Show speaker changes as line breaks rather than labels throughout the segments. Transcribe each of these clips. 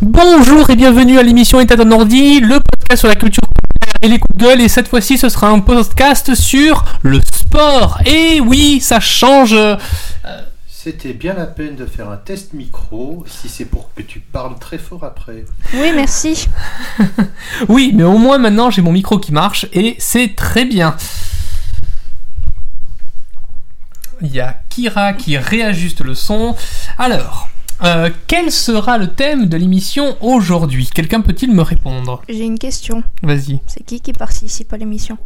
Bonjour et bienvenue à l'émission État d'un ordi, le podcast sur la culture populaire et les coups de gueule. Et cette fois-ci, ce sera un podcast sur le sport. Et oui, ça change. euh,
C'était bien la peine de faire un test micro si c'est pour que tu parles très fort après.
Oui, merci.
Oui, mais au moins maintenant, j'ai mon micro qui marche et c'est très bien. Il y a Kira qui réajuste le son. Alors, euh, quel sera le thème de l'émission aujourd'hui Quelqu'un peut-il me répondre
J'ai une question.
Vas-y.
C'est qui qui participe à l'émission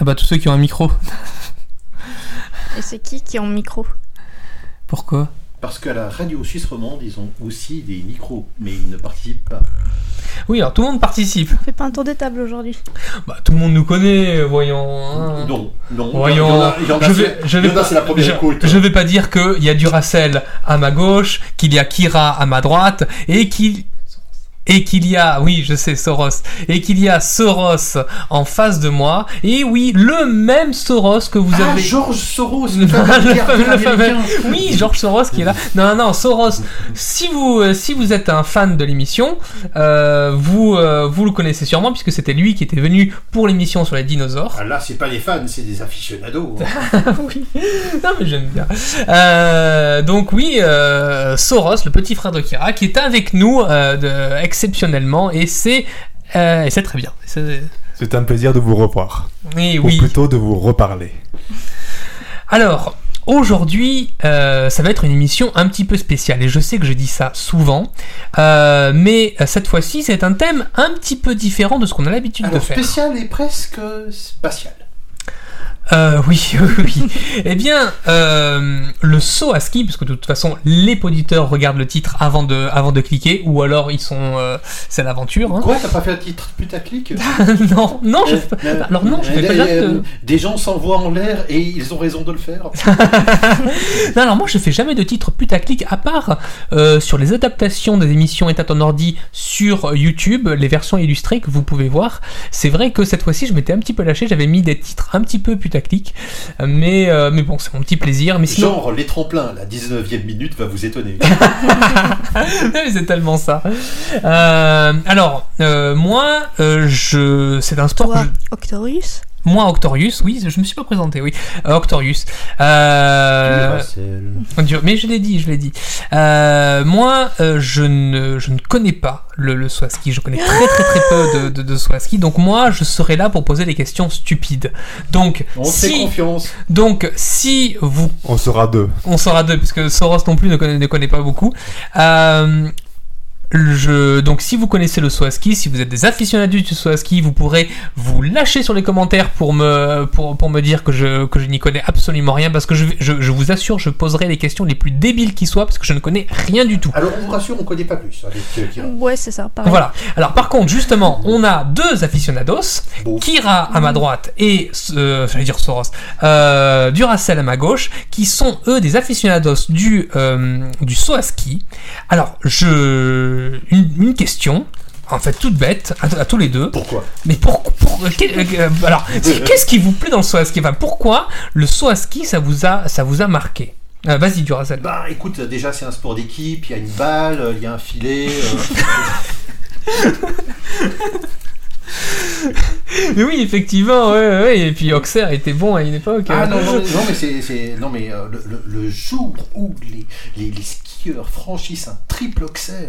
Ah bah tous ceux qui ont un micro.
Et c'est qui qui est en micro
Pourquoi
Parce qu'à la radio suisse romande, ils ont aussi des micros, mais ils ne participent pas.
Oui, alors tout le monde participe.
On fait pas un tour de table aujourd'hui.
Bah, tout le monde nous connaît, voyons.
Non, non.
Ah. Voyons.
Il y en a- il y en a-
je vais,
c'est-
je
il
vais
y en a,
pas,
c'est la première
je-
écoute.
je vais pas dire qu'il y a Duracell à ma gauche, qu'il y a Kira à ma droite, et qu'il. Et qu'il y a, oui, je sais, Soros, et qu'il y a Soros en face de moi, et oui, le même Soros que vous
Ah,
avez.
George Soros,
Le
le fameux
fameux-
milliardaire
le fameux-
américain.
Oui, Georges Soros qui est là. Non, non, Soros. Si vous, euh, si vous êtes un fan de l'émission, euh, vous, euh, vous le connaissez sûrement puisque c'était lui qui était venu pour l'émission sur les dinosaures.
Ah, là, c'est pas des fans, c'est des aficionados. hein.
oui. Non, mais j'aime bien. Euh, donc oui, euh, Soros, le petit frère de Kira, qui est avec nous euh, de- exceptionnellement et c'est euh, et c'est très bien. C'est-
C'est un plaisir de vous revoir.
Et
Ou
oui.
plutôt de vous reparler.
Alors, aujourd'hui, euh, ça va être une émission un petit peu spéciale, et je sais que je dis ça souvent, euh, mais euh, cette fois-ci, c'est un thème un petit peu différent de ce qu'on a l'habitude de
Alors,
faire.
spécial et presque spatial.
Euh, oui, oui, oui. eh bien, euh, le saut à ski, parce que de toute façon, les auditeurs regardent le titre avant de, avant de cliquer, ou alors ils sont... euh, c'est l'aventure, hein.
Quoi, t'as pas fait un titre putaclic
non, non, je...
Euh,
alors non, je
euh,
fais pas
euh,
de-
Des gens s'envoient en l'air et ils ont raison de le faire.
Non, alors moi je fais jamais de titres putaclic à part euh, sur les adaptations des émissions État en ordi sur YouTube, les versions illustrées que vous pouvez voir. C'est vrai que cette fois-ci je m'étais un petit peu lâché, j'avais mis des titres un petit peu putaclic, euh, mais, euh, mais bon, c'est mon petit plaisir. Mais sinon,
Genre, les tremplins, la 19e minute va vous étonner.
Mais c'est tellement ça. Euh, alors, euh, moi, euh, je, c'est un sport. que
Toi,
je-
Octorius
Moi, Octorius, oui, je me suis pas présenté, oui. Euh, Octorius. Euh,
Duracell.
Dur- Mais je l'ai dit, je l'ai dit. Euh, moi, euh, je, ne, je ne connais pas le, le saut à ski. Je connais très très très peu de, de, de saut à ski. Donc moi, je serai là pour poser des questions stupides. Donc
On te fait
si,
confiance.
donc, si vous...
On sera deux.
On sera deux, puisque Soros non plus ne connaît, ne connaît pas beaucoup. Euh, je, donc si vous connaissez le saut à ski, si vous êtes des aficionados du saut à ski, vous pourrez vous lâcher sur les commentaires pour me, pour, pour me dire que je, que je n'y connais absolument rien, parce que je, vais- je, je vous assure, je poserai les questions les plus débiles qui soient, parce que je ne connais rien du tout.
Alors, on vous rassure, on connaît pas plus avec euh, Kira.
Ouais, c'est ça, pareil.
Voilà. Alors par contre, justement, on a deux aficionados,
Bon.
Kira à ma droite et, euh, j'allais dire Soros, euh, Duracell à ma gauche, qui sont eux des aficionados du, euh, du saut à ski. Alors, je. Une, une question, en fait toute bête, à, à tous les deux.
Pourquoi
Mais pourquoi. Pour, quel- euh, alors, c'est- qu'est-ce qui vous plaît dans le saut à ski Enfin, pourquoi le saut à ski, ça vous a, ça vous a marqué Euh, Vas-y, Duracell.
Bah écoute, euh, déjà c'est un sport d'équipe, il y a une balle, euh, il y a un filet. euh,
Mais oui, effectivement, ouais, ouais, ouais, et puis Auxerre était bon à une époque.
Ah
euh.
non, non, mais- non, mais, c'est, c'est- non, mais euh, le, le- le jour où les, les, les skieurs franchissent un triple oxer,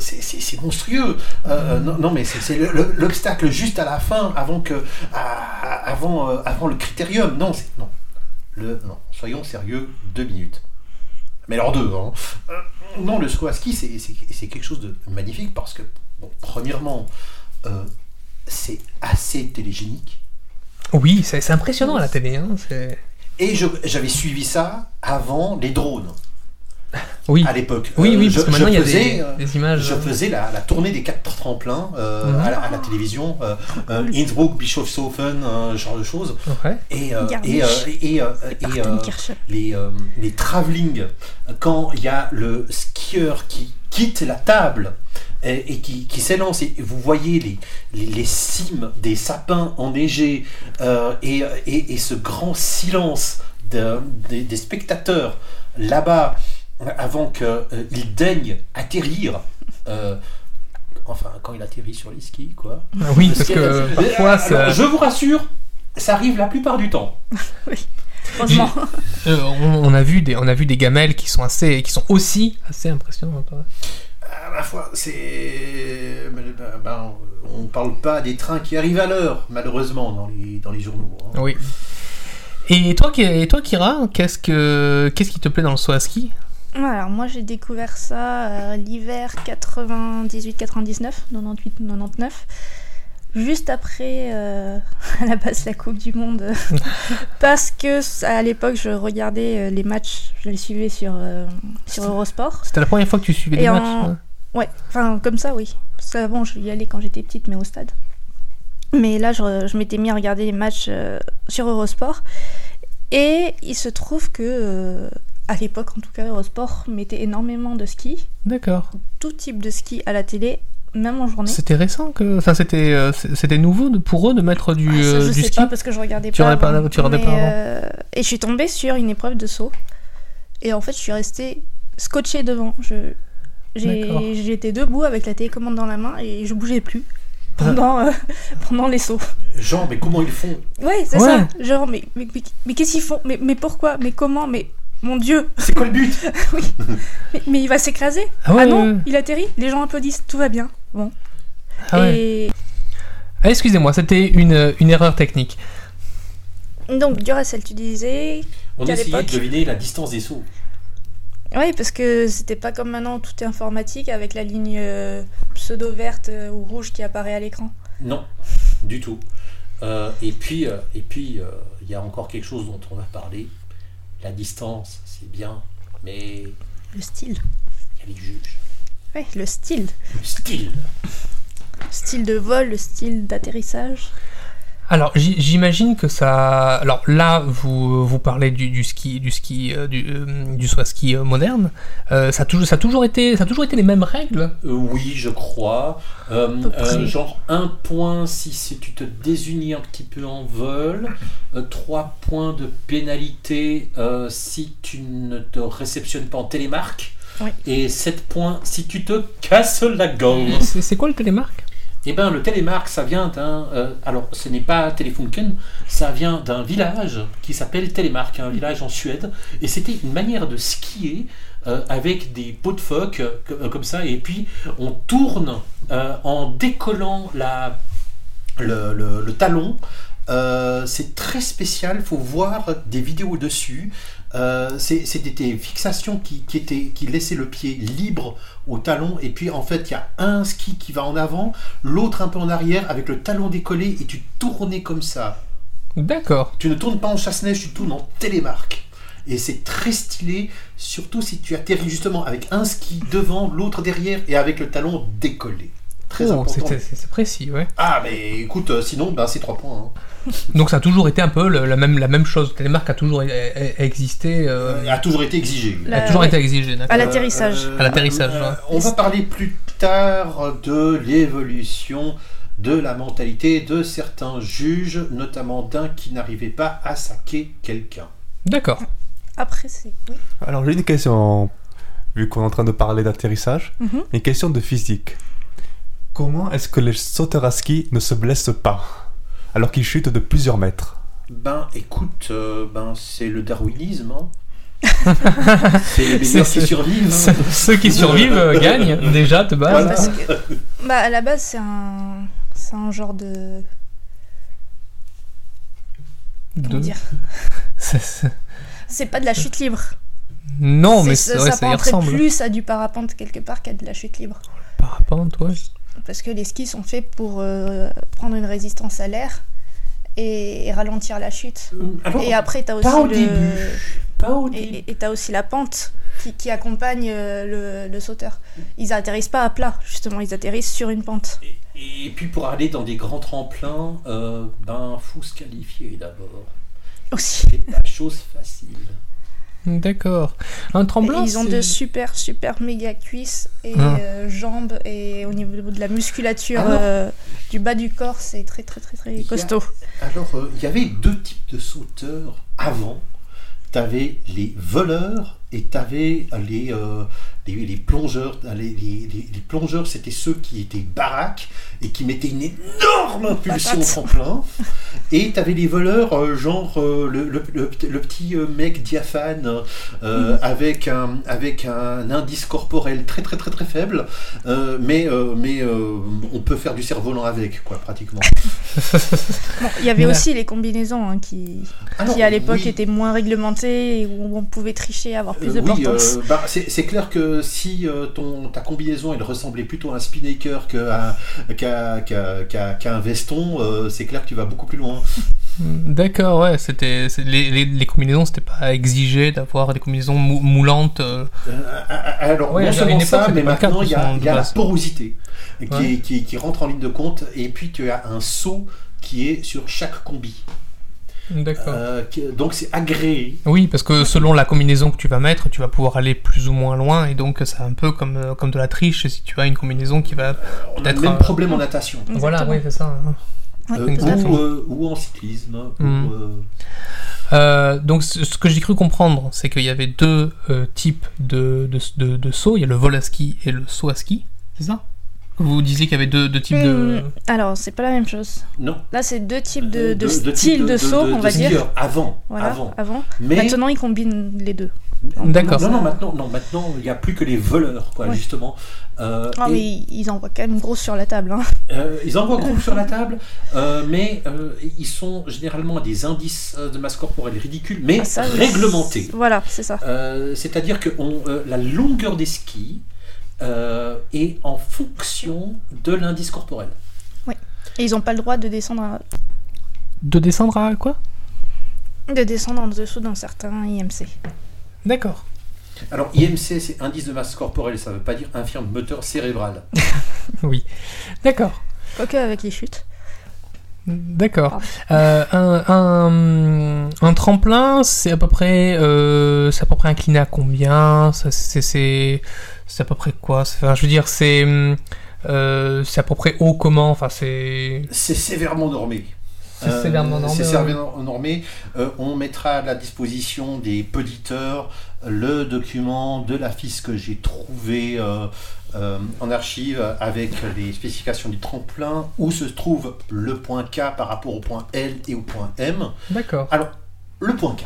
c'est, c'est- c'est monstrueux. Euh, non, non, mais c'est, c'est le- le- l'obstacle juste à la fin, avant, que, à- avant, euh, avant le critérium. Non, c'est, non. Le, non, soyons sérieux, deux minutes. Mais alors deux, hein. Euh, non, le saut à ski, c'est, c'est, c'est quelque chose de magnifique parce que, bon, premièrement, euh, c'est assez télégénique.
Oui, c'est c'est impressionnant à la télé. Hein, c'est-
Et je- j'avais suivi ça avant les drones,
oui.
à l'époque.
Oui,
Euh,
oui,
je,
parce que maintenant
je
il y a
faisais,
des,
euh,
des images.
Je faisais la, la tournée des quatre tremplins euh,
Mhm.
à, la, à la télévision, euh, euh, Innsbruck, Bischofshofen, euh, ce genre de choses.
Ouais.
Et, euh,
Garmisch.
et, euh, et, euh, et, euh,
Partenkirchen.
les, euh, les travelling, quand il y a le skieur qui quitte la table et, et qui, qui s'élance, et vous voyez les, les, les cimes des sapins enneigés euh, et, et- et ce grand silence de- des, des spectateurs là-bas avant qu'ils daignent atterrir. euh, Enfin, quand il atterrit sur les skis, quoi.
Ah Oui, parce que
Euh,
parfois, ça-
alors, je vous rassure, ça arrive la plupart du temps.
Franchement.
euh, on, on a vu des, on a vu des gamelles qui sont assez, qui sont aussi assez impressionnantes. hein.
À Ah, ma foi, c'est. ben, ben, ben, on parle pas des trains qui arrivent à l'heure, malheureusement, dans les, dans les journaux. hein.
Oui. Et toi, Ki- et toi Kira, qu'est-ce que, qu'est-ce qui te plaît dans le saut à ski
Ouais, alors moi j'ai découvert ça euh, l'hiver 98-99, 98-99, juste après euh, à la base la Coupe du Monde, parce que ça- à l'époque je regardais euh, les matchs, je les suivais sur, euh, sur Eurosport.
C'était la première fois que tu suivais
Et
des
en-
matchs. hein
Ouais, enfin comme ça oui. Parce que avant je y allais quand j'étais petite mais au stade. Mais là je, je m'étais mis à regarder les matchs euh, sur Eurosport. Et il se trouve que, euh, à l'époque en tout cas, Eurosport mettait énormément de ski,
D'accord.
tout type de ski à la télé, même en journée.
C'était récent que, enfin, c'était, euh, c- c'était nouveau de- pour eux de mettre du,
Ah, ça,
euh,
je
du
sais
ski.
pas parce que je regardais
Tu
pas.
regardais pas
avant.
avant, tu regardais pas
Mais,
avant.
euh, et je suis tombée sur une épreuve de saut. Et en fait, je suis restée scotchée devant. Je
D'accord.
j'ai- j'étais debout avec la télécommande dans la main et je bougeais plus
Ah.
pendant euh, pendant les sauts.
Jean, mais comment ils font
Ouais, c'est
Ouais.
ça. Genre mais mais, mais- mais qu'est-ce qu'ils font mais, mais pourquoi Mais comment Mais mon dieu
C'est quoi le but
Mais, mais il va s'écraser
ouais,
Ah non,
ouais.
il atterrit. Les gens applaudissent. Tout va bien. Bon.
Ah ouais.
Et
Ah, excusez-moi, c'était une, une erreur technique.
donc Duracell, tu disais
On
Qu'à
essayait de
l'époque-
deviner la distance des sauts.
Oui, parce que c'était pas comme maintenant, tout est informatique avec la ligne euh, pseudo verte euh, ou rouge qui apparaît à l'écran.
Non, du tout. Euh, et puis, euh, et puis, euh, il y a encore quelque chose dont on va parler. La distance, c'est bien, mais il
Le style.
y a les juges.
Oui, le style.
Le style.
Style de vol, le style d'atterrissage.
Alors, j'y- j'imagine que ça. Alors là, vous, vous parlez du, du ski, du ski, euh, du, euh, du saut à ski euh, moderne. Euh, ça, a toujours, ça a toujours été, ça a toujours été les mêmes règles.
Euh, oui, je crois. Euh,
peu près.
euh, genre 1 point si, si tu te désunis un petit peu en vol. 3 points de pénalité euh, si tu ne te réceptionnes pas en télémarque.
Oui.
Et 7 points si tu te casses la gorge.
C'est c'est quoi le télémarque
Eh bien, le télémarque, ça vient d'un. euh, alors, ce n'est pas Telefunken, ça vient d'un village qui s'appelle Telemark, un village en Suède. Et c'était une manière de skier euh, avec des pots de phoque, euh, co- euh, comme ça. Et puis, on tourne euh, en décollant la, le, le- le talon. Euh, c'est très spécial, faut voir des vidéos dessus. Euh, c'est- C'était des fixations qui, qui, étaient, qui laissaient le pied libre au talon, et puis en fait, il y a un ski qui va en avant, l'autre un peu en arrière avec le talon décollé et tu tournais comme ça.
D'accord.
Tu ne tournes pas en chasse-neige, tu tournes en télémarque. Et c'est très stylé, surtout si tu atterris justement avec un ski devant, l'autre derrière et avec le talon décollé. Très
Oh,
important.
c'est- C'est c'est précis, ouais.
Ah, mais écoute, euh, sinon, bah, c'est trois points. hein.
Donc ça a toujours été un peu le- la même la même chose. Le télémarque a toujours e- e- existé, euh,
Euh, a toujours été exigé. Euh,
a
La-
toujours
ouais.
été exigé. d'accord.
À l'atterrissage.
À l'atterrissage, ouais.
On va parler plus tard de l'évolution de la mentalité de certains juges, notamment d'un qui n'arrivait pas à saquer quelqu'un.
D'accord.
Après, c'est. Oui.
Alors j'ai une question, vu qu'on est en train de parler d'atterrissage,
Mhm.
une question de physique. Comment est-ce que les sauteurs à ski ne se blessent pas alors qu'ils chutent de plusieurs mètres
Ben, écoute, euh, ben, c'est le darwinisme. hein. c'est les meilleurs
C'est-
qui
c'est-
survivent. hein.
Ce- Ceux qui survivent euh, gagnent déjà de base.
Voilà.
Parce que- bah, à la base, c'est un. C'est un genre de. Comment
De-
dire
c'est- c'est-
C'est pas de la chute libre.
Non, mais
C'est-
c'est ouais,
ça peut
ça y
entrer
ressemble.
plus à du parapente quelque part qu'à de la chute libre.
Parapente, ouais.
Parce que les skis sont faits pour euh, prendre une résistance à l'air et- et ralentir la chute.
Alors,
Et après, t'as aussi
pas au
le-
début. Ah Pas au début.
Et et t'as aussi la pente qui, qui accompagne euh, le, le sauteur. Ils atterrissent pas à plat, justement, ils atterrissent sur une pente.
Et, et puis pour aller dans des grands tremplins, euh, ben faut se qualifier d'abord.
Aussi.
C'est pas chose facile.
D'accord. Un
Et
tremblant.
ils ont
c'est-
de super, super méga cuisses et
Ah.
euh, jambes et au niveau de la musculature
Ah non.
euh, du bas du corps, c'est très, très, très,
Il y
très
a-
costaud.
Alors, euh, il y avait deux types de sauteurs avant. Tu avais les voleurs et t'avais les, euh, les, les plongeurs, Euh, les, les- les- les plongeurs c'était ceux qui étaient baraques et qui mettaient une énorme impulsion au
Patate.
tremplin, et t'avais les voleurs, euh, genre euh, le, le- le p- le petit euh, mec diaphane euh,
Mhm.
avec, un, avec un indice corporel très très très très faible, euh, mais, euh, mais euh, on peut faire du cerf-volant avec, quoi, pratiquement.
Bon, il y avait
Mais-
aussi les combinaisons hein, qui,
Ah non,
qui à l'époque
oui.
étaient moins réglementées et où on pouvait tricher, avoir plus
Euh,
de
oui,
portance.
euh, bah, c'est c'est clair que si euh, ton, ta combinaison elle ressemblait plutôt à un spinnaker qu'à qu'à- qu'à- qu'à- qu'à un veston, euh, c'est clair que tu vas beaucoup plus loin.
D'accord, ouais, c'était c'est- les, les, les combinaisons, c'était pas exigé d'avoir des combinaisons mou- moulantes. euh.
Euh, a- a- alors,
Ouais,
non
à
seulement
une époque,
ça,
c'était
mais
pas le cas,
maintenant il y
parce
a,
qu'on
il y a la
passe.
porosité qui,
Ouais.
est- qui- qui rentre en ligne de compte, et puis tu as un saut qui est sur chaque combi.
D'accord.
Euh, qui- donc c'est agréé.
Oui, parce que selon la combinaison que tu vas mettre, tu vas pouvoir aller plus ou moins loin, et donc c'est un peu comme, euh, comme de la triche si tu as une combinaison qui va.
On a le
Peut-être,
même
euh,
problème en natation.
Voilà, oui, c'est ça. hein.
Ouais,
Euh,
tout à fait.
fait.
ou, euh, ou en cyclisme. ou,
Mhm.
euh,
Euh, donc ce ce que j'ai cru comprendre, c'est qu'il y avait deux euh, types de, de, de, de sauts. Il y a le vol à ski et le saut à ski. C'est ça Vous disiez qu'il y avait deux, deux types de...
Hmm, Alors, c'est pas la même chose.
non. Euh,
Là, c'est deux types de, de,
type
styles de, saut, on va dire.
skieur. Avant,
Voilà,
avant.
avant.
Mais
Maintenant, ils combinent les deux.
D'accord.
Non, non, maintenant, non, maintenant, il n'y a plus que les voleurs, quoi,
Ouais.
justement. Euh,
Ah,
et,
mais ils envoient quand même gros sur la table. Hein.
euh, ils envoient groupe sur la table, euh, mais euh, ils sont généralement à des indices euh, de masse corporelle ridicules, mais
Ah, ça,
réglementés.
c'est- Voilà, c'est ça.
Euh, C'est-à-dire que on- euh, la longueur des skis euh, est en fonction de l'indice corporel.
Et ils n'ont pas le droit de descendre, à-
De descendre à quoi
de descendre en dessous d'un certain IMC.
D'accord.
Alors, IMC, c'est indice de masse corporelle, ça ne veut pas dire infirme moteur cérébral.
Oui. D'accord.
Quoique avec les chutes.
D'accord. Euh, un, un, un tremplin, c'est à peu près, euh, c'est à peu près incliné à combien Ça, C'est c'est c'est à peu près quoi Enfin, je veux dire, c'est hum, euh, c'est à peu près haut comment Enfin, c'est
C'est sévèrement normé. Euh,
C'est sévèrement normé,
C'est
ouais.
sévèrement normé. Euh, on mettra à la disposition des poditeurs le document de la fiche que j'ai trouvé euh, euh, en archive avec les spécifications du tremplin, où se trouve le point K par rapport au point L et au point M.
d'accord.
Alors, le point K,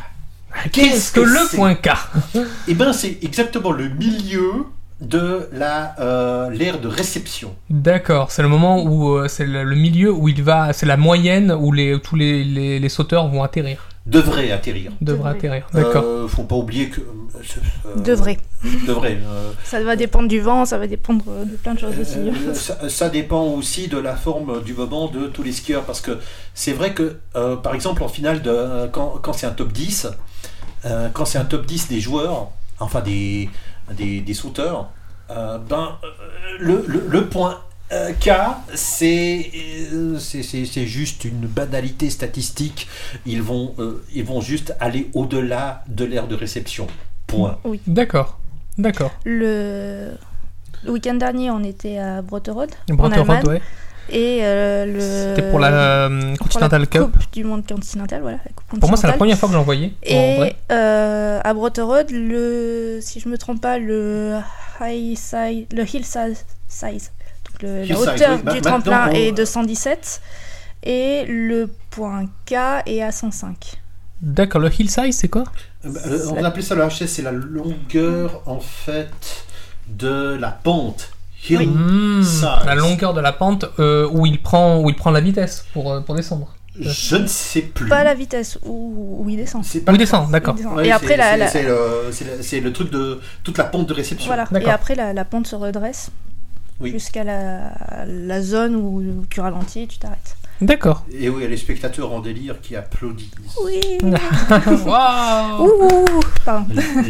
Ah, Qu'est-ce que le
c'est
point K
eh ben, c'est exactement le milieu de la, euh, l'aire de réception.
D'accord, c'est le moment où euh, c'est le, le milieu où il va, c'est la moyenne où les tous les, les, les sauteurs vont atterrir,
Devrait atterrir.
devraient
Devrait.
atterrir. D'accord.
Euh, faut pas oublier que. euh,
Devrait.
Devrait. euh,
Ça va dépendre du vent, ça va dépendre euh, de plein de choses aussi.
Euh, ça, ça dépend aussi de la forme euh, du moment de tous les skieurs parce que c'est vrai que euh, par exemple en finale de, euh, quand, quand c'est un top 10 euh, quand c'est un top 10 des joueurs enfin des, des, des sauteurs euh, ben euh, le, le- le point euh, K c'est euh, c'est- c'est c'est juste une banalité statistique ils vont euh, ils vont juste aller au-delà de l'aire de réception point
D'accord. D'accord.
Le... le week-end dernier, on était à Brotterode.
Brotherhood,
Allemagne.
ouais.
Et euh, le...
C'était pour la euh,
pour la
Continental Cup.
Coupe du monde continental, voilà. la coupe
Pour moi, c'est la
continentale.
première fois que j'en voyais. en
Et
vrai.
euh, à Brotherhood, le, si je me trompe pas, le high size, le hill size, size, donc le-
Hill
la
size,
hauteur
oui. Ma-
du
maintenant,
tremplin
on-
est 217 et le point K est à 105.
D'accord, le hillside, c'est quoi
Euh, euh, on appelait ça le HS, c'est la longueur en fait de la pente. Hill.
Hmm,
Ça,
La
c'est-
longueur de la pente euh, où il prend où il prend la vitesse pour, euh, pour descendre.
Je ne sais plus.
Pas la vitesse où, où il descend.
C'est
Où
pas
il descend, d'accord.
Il descend.
Hmm. Ouais,
et
c'est-
après la,
c'est-
la-
c'est le, c'est le- c'est le truc de toute la pente de réception.
voilà. Et
D'accord.
après la, la pente se redresse
Oui.
jusqu'à la, la zone où tu ralentis et tu t'arrêtes.
D'accord.
Et oui, il y a les spectateurs en délire qui applaudissent.
Oui.
Waouh
Ouh. Pardon.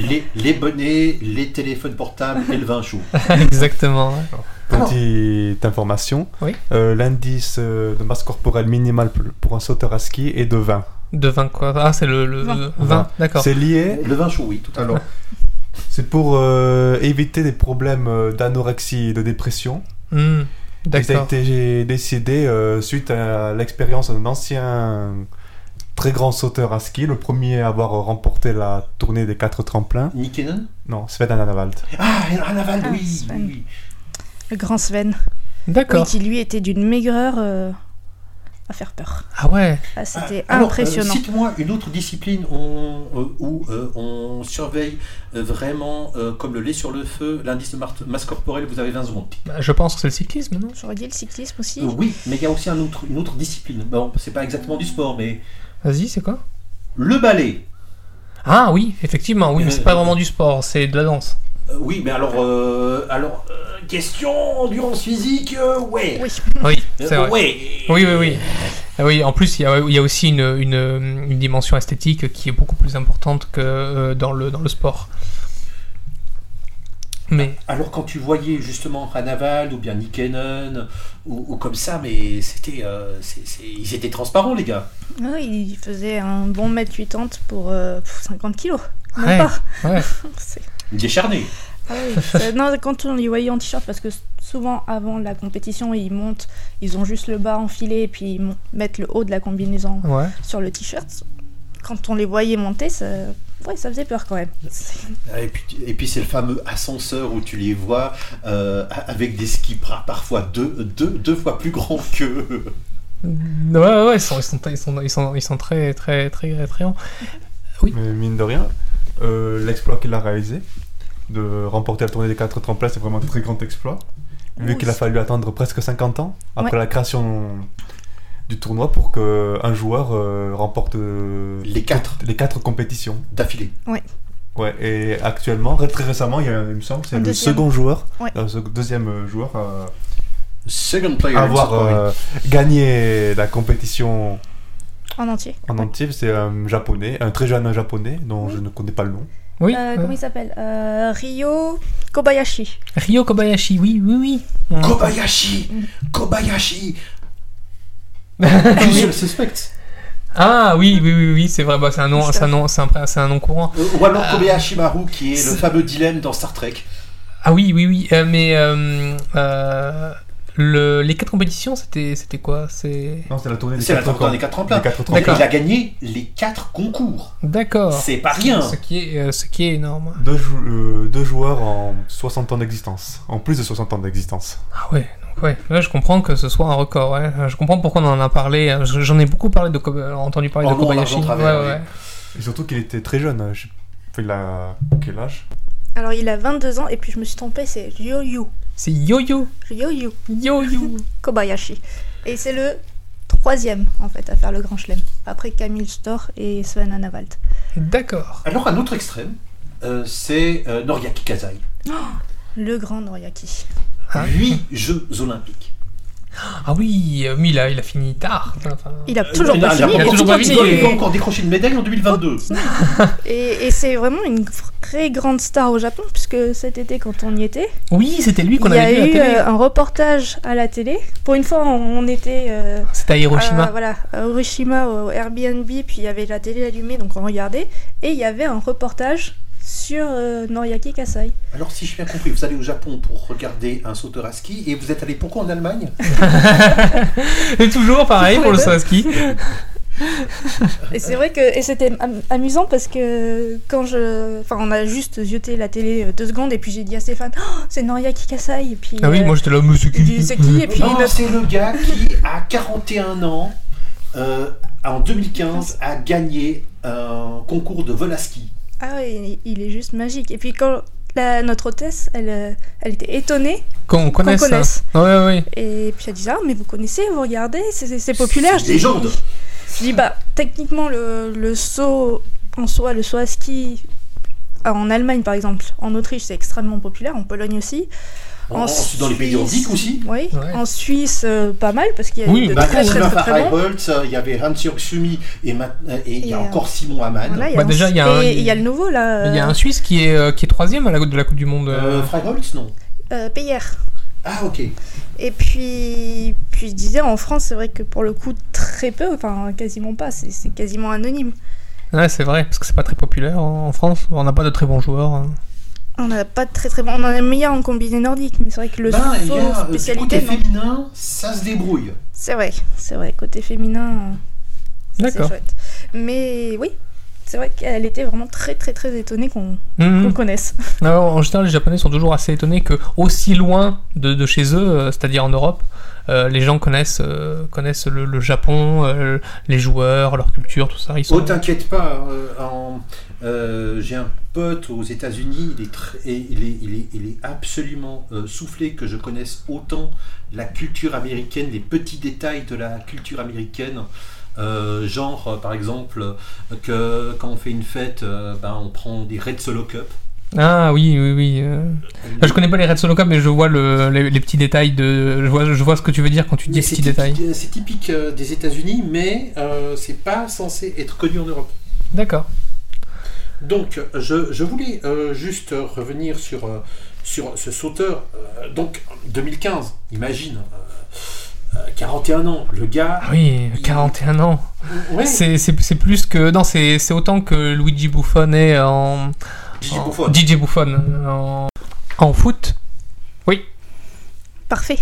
les, les bonnets, les téléphones portables et le vin chaud.
Exactement. ouais.
Petite information.
Oui.
Euh, L'indice euh, de masse corporelle minimale pour- pour un sauteur à ski est de 20.
De 20 quoi. Ah, c'est le, le
Vingt.
20.
Vingt.
D'accord.
C'est lié
Le vin chaud, oui, tout à l'heure.
Alors, c'est pour euh, éviter des problèmes euh, d'anorexie et de dépression.
Hmm,
Ça a
D'accord.
été décidé euh, suite à l'expérience d'un ancien très grand sauteur à ski, le premier à avoir remporté la tournée des quatre tremplins.
Nick Cannon
Non, Sven Anavald.
Ah, Anaval,
Ah,
oui,
Sven.
oui.
Le grand Sven. Oui,
D'accord.
qui lui était d'une maigreur euh, à faire peur.
Ah ouais.
Ah, c'était
Ah, alors,
impressionnant.
euh, Cite-moi une autre discipline où on, euh, où, euh, on surveille euh, vraiment, euh, comme le lait sur le feu, l'indice de mar- masse corporelle, vous avez 20 secondes.
Bah, je pense que c'est le cyclisme, non
J'aurais dit le cyclisme aussi.
Euh, oui, mais il y a aussi un autre, une autre discipline. Bon, c'est pas exactement du sport, mais
Vas-y, c'est quoi
le ballet.
Ah oui, effectivement, oui, mais c'est
Euh,
pas vraiment du sport, c'est de la danse.
Euh, oui, mais alors, euh, alors euh, question endurance physique, euh, ouais.
Oui.
Oui,
Euh,
c'est vrai.
ouais.
Oui, oui, oui. Ah oui, en plus, il y a, il y a aussi une, une, une dimension esthétique qui est beaucoup plus importante que euh, dans, le, dans le sport. Mais
Alors quand tu voyais justement Hanaval ou bien Nick Cannon ou, ou comme ça, mais c'était, euh, c'est- c'est- ils étaient transparents les gars.
Ah oui, il faisait un bon mètre 80 pour euh, pff, 50 kilos. Même
Ouais.
pas.
ouais,
C'est-
Décharnés.
ah oui, c'est- non, quand on les voyait en t-shirt, parce que s- souvent avant la compétition, ils montent, ils ont juste le bas enfilé et puis ils mon- mettent le haut de la combinaison
ouais.
sur le t-shirt. Quand on les voyait monter, ça, ouais, ça faisait peur quand même. C'est-
Ah, Et puis, et puis c'est le fameux ascenseur où tu les vois euh, avec des skis par- parfois deux, deux, deux fois plus grands qu'eux.
Ouais, ouais, ouais, ils sont, ils sont, ils sont, ils sont, ils sont très, très, très, très hauts.
Mais mine de rien, euh, l'exploit qu'il a réalisé, de remporter la tournée des quatre tremplins, c'est vraiment un très grand exploit. Vu
Oui.
qu'il a fallu attendre presque 50 ans après
Ouais.
la création du tournoi pour qu'un joueur euh, remporte euh,
Les quatre
les quatre compétitions.
d'affilée.
Ouais, et actuellement, ré- très récemment, il, y a, il me semble, c'est
Un
le
deuxième.
second joueur,
Ouais.
euh, ce deuxième euh, joueur euh,
Second player.
à
in
avoir
sport.
euh, gagné la compétition
En entier.
en entier. C'est un japonais, un très jeune japonais dont je ne connais pas le nom.
Oui.
Euh,
euh,
comment il s'appelle Euh, Ryo Kobayashi.
Ryo Kobayashi, oui, oui, oui.
euh,
On-
Kobayashi
Mm.
Kobayashi Je le suspecte.
Ah oui, oui, oui, oui, c'est vrai, bah, c'est un nom, c'est un nom, c'est un, c'est un nom courant.
Euh, Ou alors
Ah.
Kobayashi Maru qui est le
C'est-
fameux dilemme dans Star Trek.
Ah oui, oui, oui, euh, mais euh, euh, le, les quatre compétitions, c'était, c'était quoi C'est
Non, c'est la tournée des
C'est la tournée
quatre tremplins.
des quatre tremplins.
Des quatre
Donc
D'accord.
il a gagné les quatre concours.
d'accord.
C'est pas rien.
Ce qui est, euh, ce qui est énorme.
Deux, jou- euh, deux joueurs en 60 ans d'existence. En plus de 60 ans d'existence.
Ah ouais, donc ouais. Là, je comprends que ce soit un record. ouais. Euh, Je comprends pourquoi on en a parlé. Je- J'en ai beaucoup parlé de Kob- entendu parler
En
de
long, en large,
Kobayashi.
en
Ouais,
travers,
ouais.
Et surtout qu'il était très jeune. euh, Je... enfin, il a quel âge
Alors il a 22 ans et puis je me suis trompée, c'est Ryoyu.
C'est Yo-Yo.
Ryoyu
Yo-Yo.
Kobayashi. Et c'est le troisième en fait à faire le grand chelem. Après Camille Storr et Sven Anavalt.
D'accord.
Alors un autre extrême, euh, c'est euh, Noriaki Kazai.
Le grand Noriaki.
Ah.
Huit Jeux Olympiques.
Ah oui, euh, mais il a, il a fini tard. Enfin,
Il a toujours
Il
pas
a-
fini.
Euh, il a
encore-
toujours pas
il
fini.
doit- Il doit encore décrocher une médaille en 2022.
Et, et c'est vraiment une très grande star au Japon puisque cet été quand on y était,
Oui, c'était lui qu'on
il y a
avait vu à la
eu
télé.
euh, un reportage à la télé. Pour une fois on on était euh,
C'était à Hiroshima.
Euh, voilà, à Hiroshima au Airbnb, puis il y avait la télé allumée, donc on regardait, et il y avait un reportage sur euh, Noriaki Kasai.
Alors si j'ai bien compris, vous allez au Japon pour regarder un sauteur à ski et vous êtes allé pourquoi en Allemagne
Ah
Et
euh,
toujours pareil pour le saut à ski.
Et c'est vrai que et c'était am- amusant parce que quand je, enfin, on a juste zioté la télé euh, deux secondes, et puis j'ai dit à Stéphane, Oh, c'est Noriaki Kasai, et puis.
Ah oui,
euh,
moi j'étais là, mais c'est
il dit,
qui Euh,
c'est qui Et puis
Non,
notre-
c'est le gars qui, à 41 ans, euh, en 2015, a gagné un concours de vol à ski.
ah oui, il il est juste magique. Et puis quand la- notre hôtesse, elle, euh, elle était étonnée,
Qu'on connaisse. hein. ça.
connaisse.
Ouais, ouais.
et puis elle dit ah mais vous connaissez, vous regardez, c'est- c'est c'est populaire.
C'est
Je
une
dis,
légende.
Je dis bah techniquement le, le saut en soi, le saut à ski ah, en Allemagne par exemple, en Autriche c'est extrêmement populaire, en Pologne aussi.
En- dans les pays nordiques aussi.
Oui.
Ouais.
En Suisse euh, pas mal parce qu'il y a
Oui,
eu de
bah,
très,
il y
très,
a Simon
très, très bons.
Freibolt, euh, il y avait Hans-Jörg Sumi et, ma- euh, et il y a
Et, euh,
encore Simon Hamann.
Voilà, il y a
Bah,
un-
déjà, il y a un-
et il y a le nouveau là,
Il y a un Suisse qui est, euh, qui est troisième à la de la Coupe du Monde. euh,
Euh, Freibolt, non
euh, Payère.
Ah, ok.
Et puis, puis je disais en France c'est vrai que pour le coup très peu, enfin quasiment pas, c'est c'est quasiment anonyme.
Ouais, c'est vrai, parce que c'est pas très populaire en en France. On n'a pas de très bons joueurs. hein.
On n'a pas de très très bon, on en a meilleur en combiné nordique, mais c'est vrai que le
Ben, il y
saut
a, euh, du
spécialité,
côté
non.
féminin, ça se débrouille.
c'est vrai, c'est vrai, côté féminin. euh, C'est
D'accord.
chouette. Mais oui, c'est vrai qu'elle était vraiment très très très étonnée
Hmm.
qu'on qu'on le connaisse.
Non, en général, les Japonais sont toujours assez étonnés que aussi loin de, de chez eux, euh, c'est-à-dire en Europe, euh, les gens connaissent, euh, connaissent le, le Japon, euh, les joueurs, leur culture, tout ça. Ils sont...
Oh, t'inquiète pas. euh, en- euh, J'ai un pote aux États-Unis. Il, est tr- et il, est, il, est, il est absolument euh, soufflé que je connaisse autant la culture américaine, les petits détails de la culture américaine. Euh, genre, euh, par exemple, euh, que quand on fait une fête, euh, ben, on prend des Red Solo Cup.
Ah oui, oui, oui. euh. Enfin, je connais pas les Red Solo Cup, mais je vois le- les, les petits détails de. Je vois, je vois ce que tu veux dire quand tu dis
Mais c'est
petits
typique-
détails.
euh, C'est typique euh, des États-Unis, mais euh, c'est pas censé être connu en Europe.
D'accord.
Donc, je, je voulais euh, juste revenir sur, euh, sur ce sauteur. Euh, donc, 2015, imagine, euh, euh, 41 ans, le gars.
Ah oui,
Il-
41 ans.
Ouais,
C'est c'est- c'est plus que. Non, c'est c'est autant que Luigi Buffon est en.
Gigi
en-
Buffon.
DJ Buffon. euh, En, en foot.
Parfait.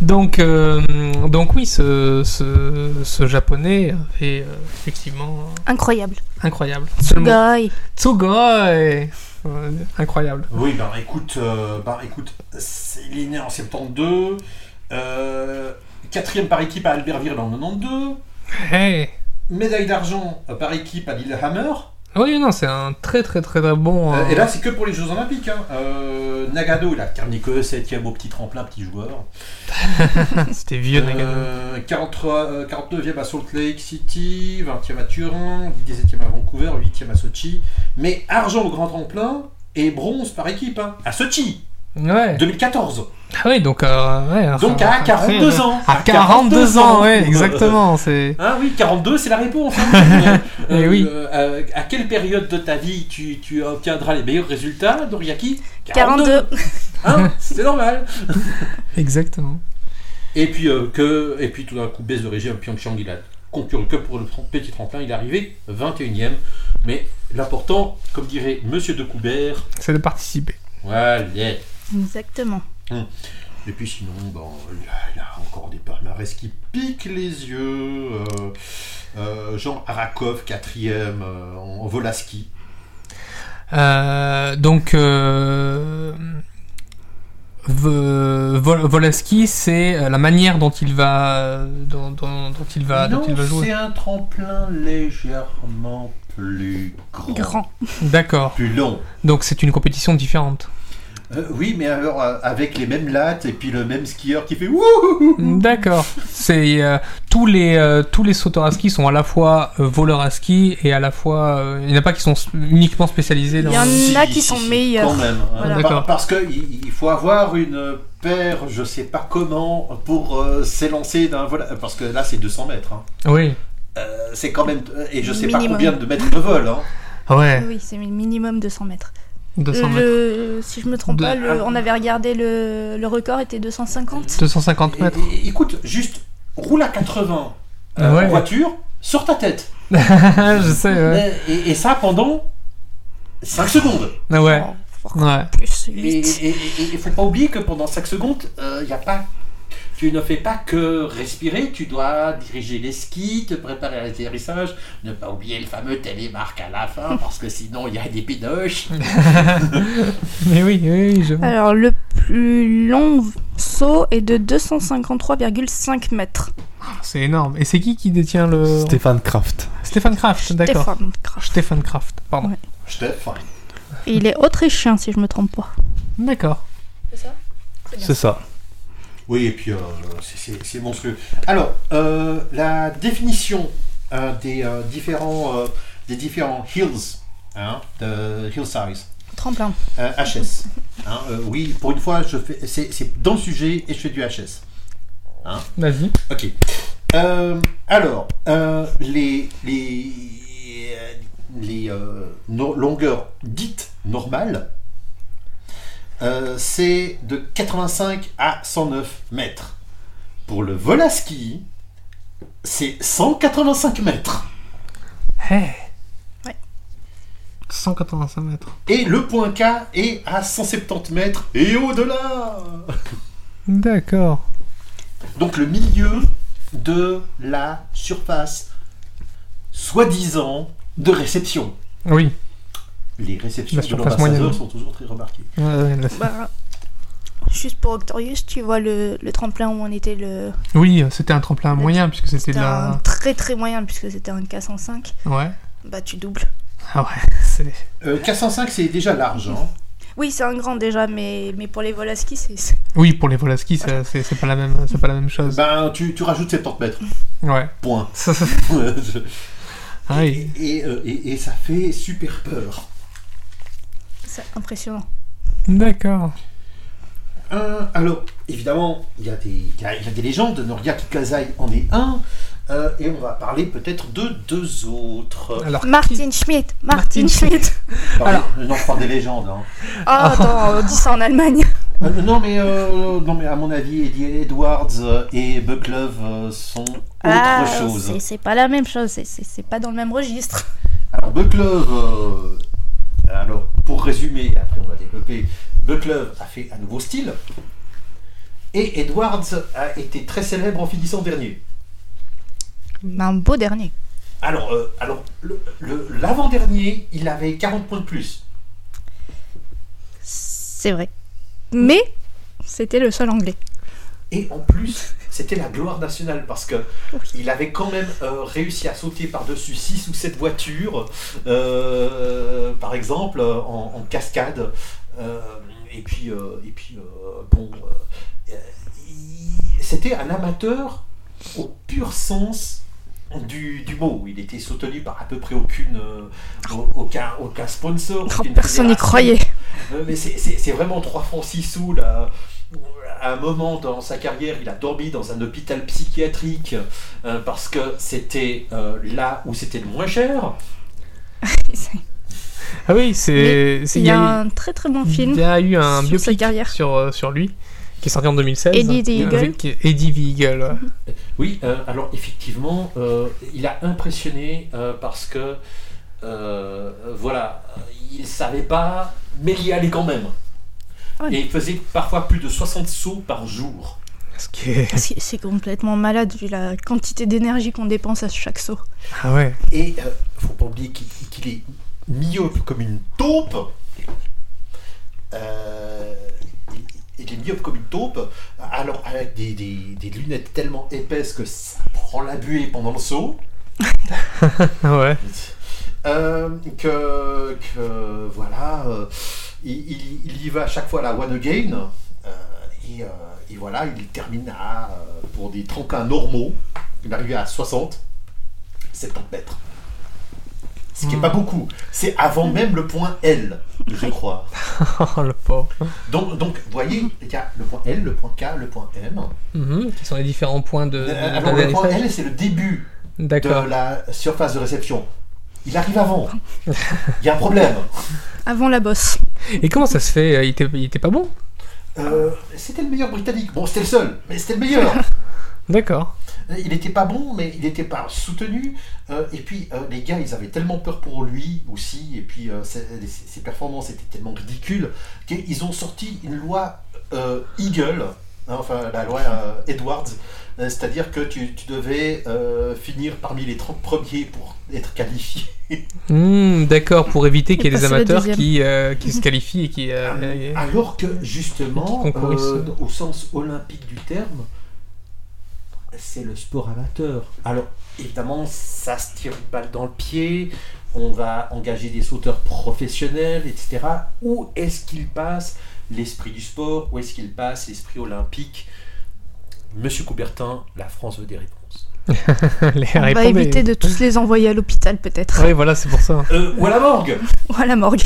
Donc, euh, donc oui, ce, ce, ce japonais est euh, effectivement
Incroyable.
incroyable. Seulement
Guy.
Tsugai Euh, Incroyable.
Oui, ben écoute, euh, ben, écoute c'est- il est né en 72. euh, quatrième par équipe à Albertville en 92.
Hey.
Médaille d'argent euh, par équipe à Lillehammer.
Oui, non, c'est un très très très très bon.
Euh,
euh,
et là, c'est que pour les Jeux Olympiques. hein. Euh, Nagano, il a terminé que 7ème au petit tremplin, petit joueur.
euh, C'était vieux, Nagano.
Euh, 43, euh, 49e à Salt Lake City, 20e à Turin, 17e à Vancouver, 8e à Sochi. Mais argent au grand tremplin et bronze par équipe hein, à Sochi
Ouais.
2014.
Ah oui, donc. euh, ouais, un-
Donc
un-
à
un-
42 ans.
À 42 ans, ouais, exactement. C'est.
Ah oui, 42, c'est la réponse. hein.
Eh oui.
euh, à quelle période de ta vie tu, tu obtiendras les meilleurs résultats, Doriaki
42.
Hein c'est normal.
Exactement.
Et puis, euh, que, et puis tout d'un coup, baisse de régime, Pyeongchang, il a conclu que pour le trom- petit tremplin, il est arrivé 21e. Mais l'important, comme dirait Monsieur de Coubert,
C'est de participer.
voilà.
Exactement.
Et puis sinon, ben, il, a, il a encore des palmarès qui piquent les yeux. euh, euh, Jean Arakov, 4e euh, en Volaski.
Euh, donc, euh, V- Vol- Volaski, c'est euh, la manière dont il va, euh, dont, dont- dont il va, dont il va jouer.
un tremplin légèrement plus
Oh. Grand.
D'accord.
Plus long.
Donc c'est une compétition différente.
Euh, oui, mais alors euh, avec les mêmes lattes et puis le même skieur qui fait wouhou
D'accord. C'est euh, tous les euh, tous les sauteurs à ski sont à la fois euh, voleurs à ski et à la fois euh, il n'y en a pas qui sont s- uniquement spécialisés dans.
Il y en a-
Si,
qui
si,
sont
si,
meilleurs.
Quand même. hein.
Voilà.
D'accord.
Par- parce qu'il faut avoir une paire, je sais pas comment, pour euh, s'élancer d'un vol. euh, Parce que là, c'est 200 mètres. hein.
Oui.
Euh, c'est quand même. Et je sais pas
Minimum.
combien de mètres de vol. hein.
Ouais.
Oui, c'est minimum 200 mètres.
200 mètres.
Euh, Le- si je me trompe
De-
pas, le- on avait regardé le, le record était 250.
250 mètres.
Et- et- écoute, juste roule à 80 euh,
Ouais.
en voiture sur ta tête.
Je sais. Ouais.
Et, et- et ça pendant 5 secondes.
Ah Ouais.
Oh, fort
Ouais.
plus,
Et
huit.
il faut pas oublier que pendant 5 secondes, euh, y a pas, tu ne fais pas que respirer, tu dois diriger les skis, te préparer à l'atterrissage, ne pas oublier le fameux télémarque à la fin, parce que sinon il y a des pinoches.
Mais oui, oui, oui, je vois.
Alors le plus long v- saut est de 253,5 mètres.
C'est énorme. Et c'est qui qui détient le.
Stéphane Kraft.
Stéphane Kraft, d'accord.
Stéphane Kraft.
Stéphane Kraft, pardon.
Ouais.
Stéphane.
Et il est autrichien si je me trompe pas.
D'accord.
C'est ça.
Oui, et puis euh, c'est- c'est c'est monstrueux. Alors, euh, la définition euh, des, euh, différents, euh, des différents hills, hein, de hill size.
Tremplin.
Euh, HS. Hein, euh, oui, pour une fois, je fais, c'est, c'est dans le sujet et je fais du HS.
Vas-y.
Ok. Euh, alors, euh, les, les, les euh, no- longueurs dites normales, euh, c'est de 85 à 109 mètres. Pour le vol à ski, c'est 185 mètres.
Hey.
Ouais.
185 mètres.
Et le point K est à 170 mètres et au-delà.
D'accord.
Donc le milieu
de la surface soi-disant de réception.
Oui.
Les réceptions
La
de
surface
l'ambassadeur
moyenne.
sont toujours très remarquées.
Bah, juste pour Octorius, tu vois le, le tremplin où on était le.
oui, c'était un tremplin moyen puisque c'était de
C'était un
la.
très très moyen puisque c'était un K105.
Ouais.
Bah tu doubles.
Ah ouais. c'est-
Euh, 405, c'est déjà large. hein.
Oui, c'est un grand déjà, mais, mais pour les vols à ski, c'est. c'est-
Oui, pour les vols à ski, ça- c'est c'est pas la même, c'est pas la même
Bah.
chose.
Ben, tu, tu rajoutes 70 mètres.
Ouais.
Point.
Ah oui.
et, euh, et- et ça fait super peur.
C'est impressionnant.
D'accord.
Un, alors, évidemment, il y, a des- il y a, il y a des légendes. Noria Kikazai en est un. Euh, et on va parler peut-être de deux autres.
Alors.
Martin Schmidt Martin,
Martin
Schmidt
Parlez- Non, je parle des légendes. hein.
Oh, attends, on dit ça en Allemagne.
Euh, non, mais, euh, non, mais à mon avis, Eddie Edwards euh, et Buck Love euh, sont autre
Ah,
chose.
c'est- C'est pas la même chose, c'est- c'est c'est pas dans le même registre.
Alors, Buck Love, euh, alors, pour résumer, après on va développer, Buck Love a fait un nouveau style. Et Edwards a été très célèbre en finissant dernier.
Un beau dernier.
Alors, euh, alors le- le- l'avant-dernier, il avait 40 points de plus.
C'est vrai. Mais c'était le seul anglais.
Et en plus, c'était la gloire nationale parce que il avait quand même euh, réussi à sauter par-dessus 6 ou 7 voitures, euh, par exemple, euh, en, en cascade. Euh, et puis, euh, et puis euh, bon, euh, il- c'était un amateur au pur sens du, du mot. Il était soutenu par à peu près aucune, euh, aucun, aucun sponsor.
Oh,
aucune
personne n'y
fédération.
croyait.
Euh, Mais c'est- c'est c'est vraiment 3 francs 6 sous là. À un moment dans sa carrière, il a dormi dans un hôpital psychiatrique euh, parce que c'était euh, là où c'était le moins cher.
Ah oui, c'est. c'est-
Il y a un très très bon
il y
film.
a eu un
sur sa
biopic
carrière.
sur, euh, sur lui qui est sorti en 2016.
Eddie Mhm. the Eagle.
Avec Eddie the Eagle, ouais.
Oui, euh, alors effectivement, euh, il a impressionné euh, parce que euh, voilà, euh, il savait pas, mais il y allait quand même.
Ah oui.
Et il faisait parfois plus de 60 sauts par jour.
Ce qui est-
C'est c'est complètement malade vu la quantité d'énergie qu'on dépense à chaque saut.
Ah ouais.
Et euh, faut pas oublier qu'il qu'il est myope comme une taupe. Euh, il- il est myope comme une taupe, alors avec des, des- des lunettes tellement épaisses que ça prend la buée pendant le saut.
Ah ouais.
Euh, que, que, voilà, euh, il, il- il y va à chaque fois à la one again. euh, et, euh, et voilà, il termine à, euh, pour des tronquins normaux, il arrive à 60, 70 mètres. Ce qui n'est
Mm.
pas beaucoup. C'est avant même le point L, je crois.
Oh le pauvre.
Donc, donc vous voyez, il y a le point L, le point K, le point M.
Mhm, Qui sont les différents points de.
Euh,
de-
alors, le point
d'atterrissage.
L, c'est le début de
D'accord.
la surface de réception. Il arrive avant. Il y a un problème.
Avant la bosse.
Et comment ça se fait il était, il était pas bon
Euh, c'était le meilleur britannique. Bon, c'était le seul, mais c'était le meilleur. euh,
D'accord.
il n'était pas bon, mais il n'était pas soutenu. Euh, et puis, euh, les gars, ils avaient tellement peur pour lui aussi. Et puis, euh, ses, ses performances étaient tellement ridicules qu'ils ont sorti une loi euh, Eagle, hein, enfin, la loi euh, Edwards. Euh, C'est-à-dire que tu, tu devais euh, finir parmi les 30 premiers pour être qualifié.
Hmm, D'accord, pour éviter qu'il y ait
Et
des
passer le
amateurs
deuxième.
qui, euh, qui se qualifient et qui.
Ah,
euh, euh,
Alors que justement,
Qui concourissent.
euh, au sens olympique du terme, c'est le sport amateur. Alors évidemment, ça se tire une balle dans le pied, on va engager des sauteurs professionnels, etc. Où est-ce qu'il passe l'esprit du sport Où est-ce qu'il passe l'esprit olympique Monsieur Coubertin, la France veut des réponses.
les
On va
répondez.
éviter de tous les envoyer à l'hôpital peut-être.
Oui, voilà, c'est pour ça.
Euh, ou à la morgue
Ou à la morgue.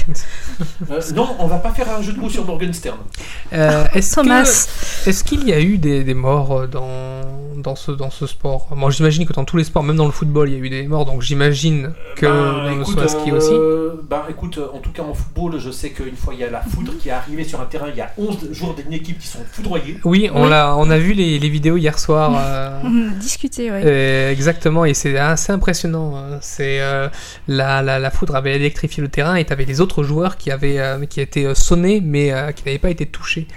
Euh, Non, on va pas faire un jeu de mots sur Morgenstern.
Euh, Est-ce que-
Thomas.
est-ce qu'il y a eu des, des morts euh, dans, dans, ce, dans ce sport Moi, j'imagine que dans tous les sports, même dans le football, il y a eu des morts, donc j'imagine que
Ben,
dans le
écoute,
saut à ski
euh,
aussi.
ben, écoute, euh, en tout cas en football, je sais qu'une fois il y a la
Mhm.
foudre qui est arrivée sur un terrain, il y a 11 joueurs d'une équipe qui sont foudroyés.
Oui, on,
Oui.
l'a- on a vu les, les vidéos hier soir. euh,
On a discuté, ouais.
Euh, exactement, et c'est assez impressionnant. euh, C'est euh, la, la, la foudre avait électrifié le terrain et t'avais les autres joueurs qui avaient euh, qui étaient euh, sonnés mais euh, qui n'avaient pas été touchés.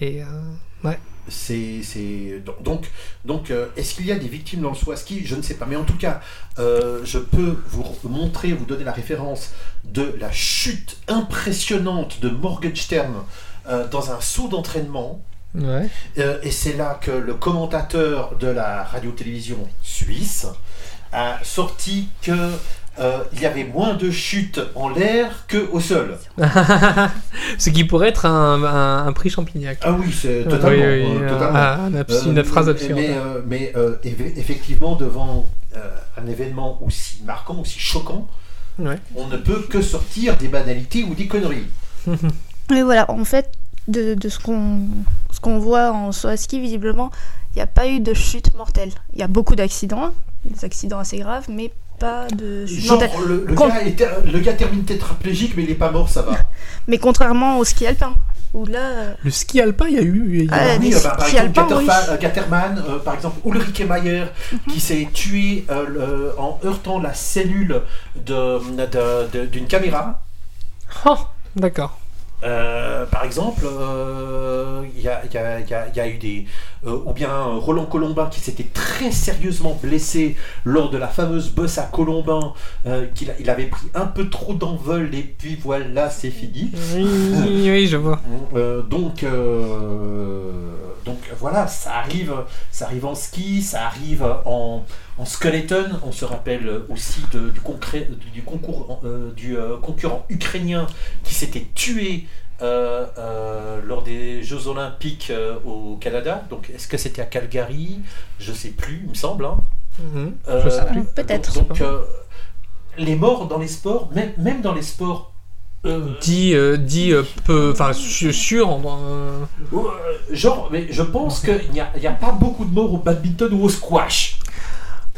Et euh, ouais,
C'est, c'est- donc- donc, donc euh, est-ce qu'il y a des victimes dans le saut à ski Je ne sais pas, mais en tout cas, euh, je peux vous montrer, vous donner la référence de la chute impressionnante de Morgenstern euh, dans un saut d'entraînement.
Ouais.
Euh, et c'est là que le commentateur de la radio-télévision suisse a sorti que euh, il y avait moins de chutes en l'air que au sol.
Ce qui pourrait être un, un- un prix Champignac.
Ah oui, c'est totalement.
Oui, oui, Ah,
euh,
un-
totalement.
un abs- une
Euh,
phrase
mais-
absurde.
Mais, euh, mais, euh, éve- effectivement, devant euh, un événement aussi marquant, aussi choquant,
Ouais.
on ne peut que sortir des banalités ou des conneries.
Mais voilà, en fait, de, de ce qu'on ce qu'on voit en saut à ski, visiblement, il n'y a pas eu de chute mortelle. Il y a beaucoup d'accidents, des accidents assez graves, mais pas de chute
Genre,
mortelle.
le, le
Con-
gars est- le gars termine tétraplégique, mais il n'est pas mort, ça va.
Mais contrairement au ski alpin, où là, euh,
Le ski alpin, il y a eu. il y a-
Ah,
oui,
des
euh, bah, par
skis
exemple,
alpins, oui.
Gatterfa- euh, Gatterman, euh, par exemple, Ulrike Mayer, qui s'est tué euh, le- en heurtant la cellule de- de- de- d'une caméra.
Oh, D'accord.
Euh, par exemple, euh, il y, a, il y a- il y a- il y a eu des. euh, ou bien euh, Roland Colombin qui s'était très sérieusement blessé lors de la fameuse bosse à Colombin, euh, qu'il a- il avait pris un peu trop d'envol et puis voilà, c'est fini.
Oui, oui, oui, je vois.
Euh, donc, euh, donc voilà, ça arrive, ça arrive en ski, ça arrive en, en skeleton. On se rappelle aussi de- du, concret- du concours euh, du euh, concurrent ukrainien qui s'était tué euh, euh, lors des Jeux Olympiques euh, au Canada. Donc, est-ce que c'était à Calgary Je sais plus, il me semble. hein.
Mhm.
Euh,
sais plus.
Peut-être.
Donc, donc, euh, les morts dans les sports, même, même dans les sports. euh,
Dit, euh, dit euh, peu. Enfin, su- sûr. en- euh,
Ou, euh, Genre, mais je pense qu'il n'y a, il y a pas beaucoup de morts au badminton ou au squash.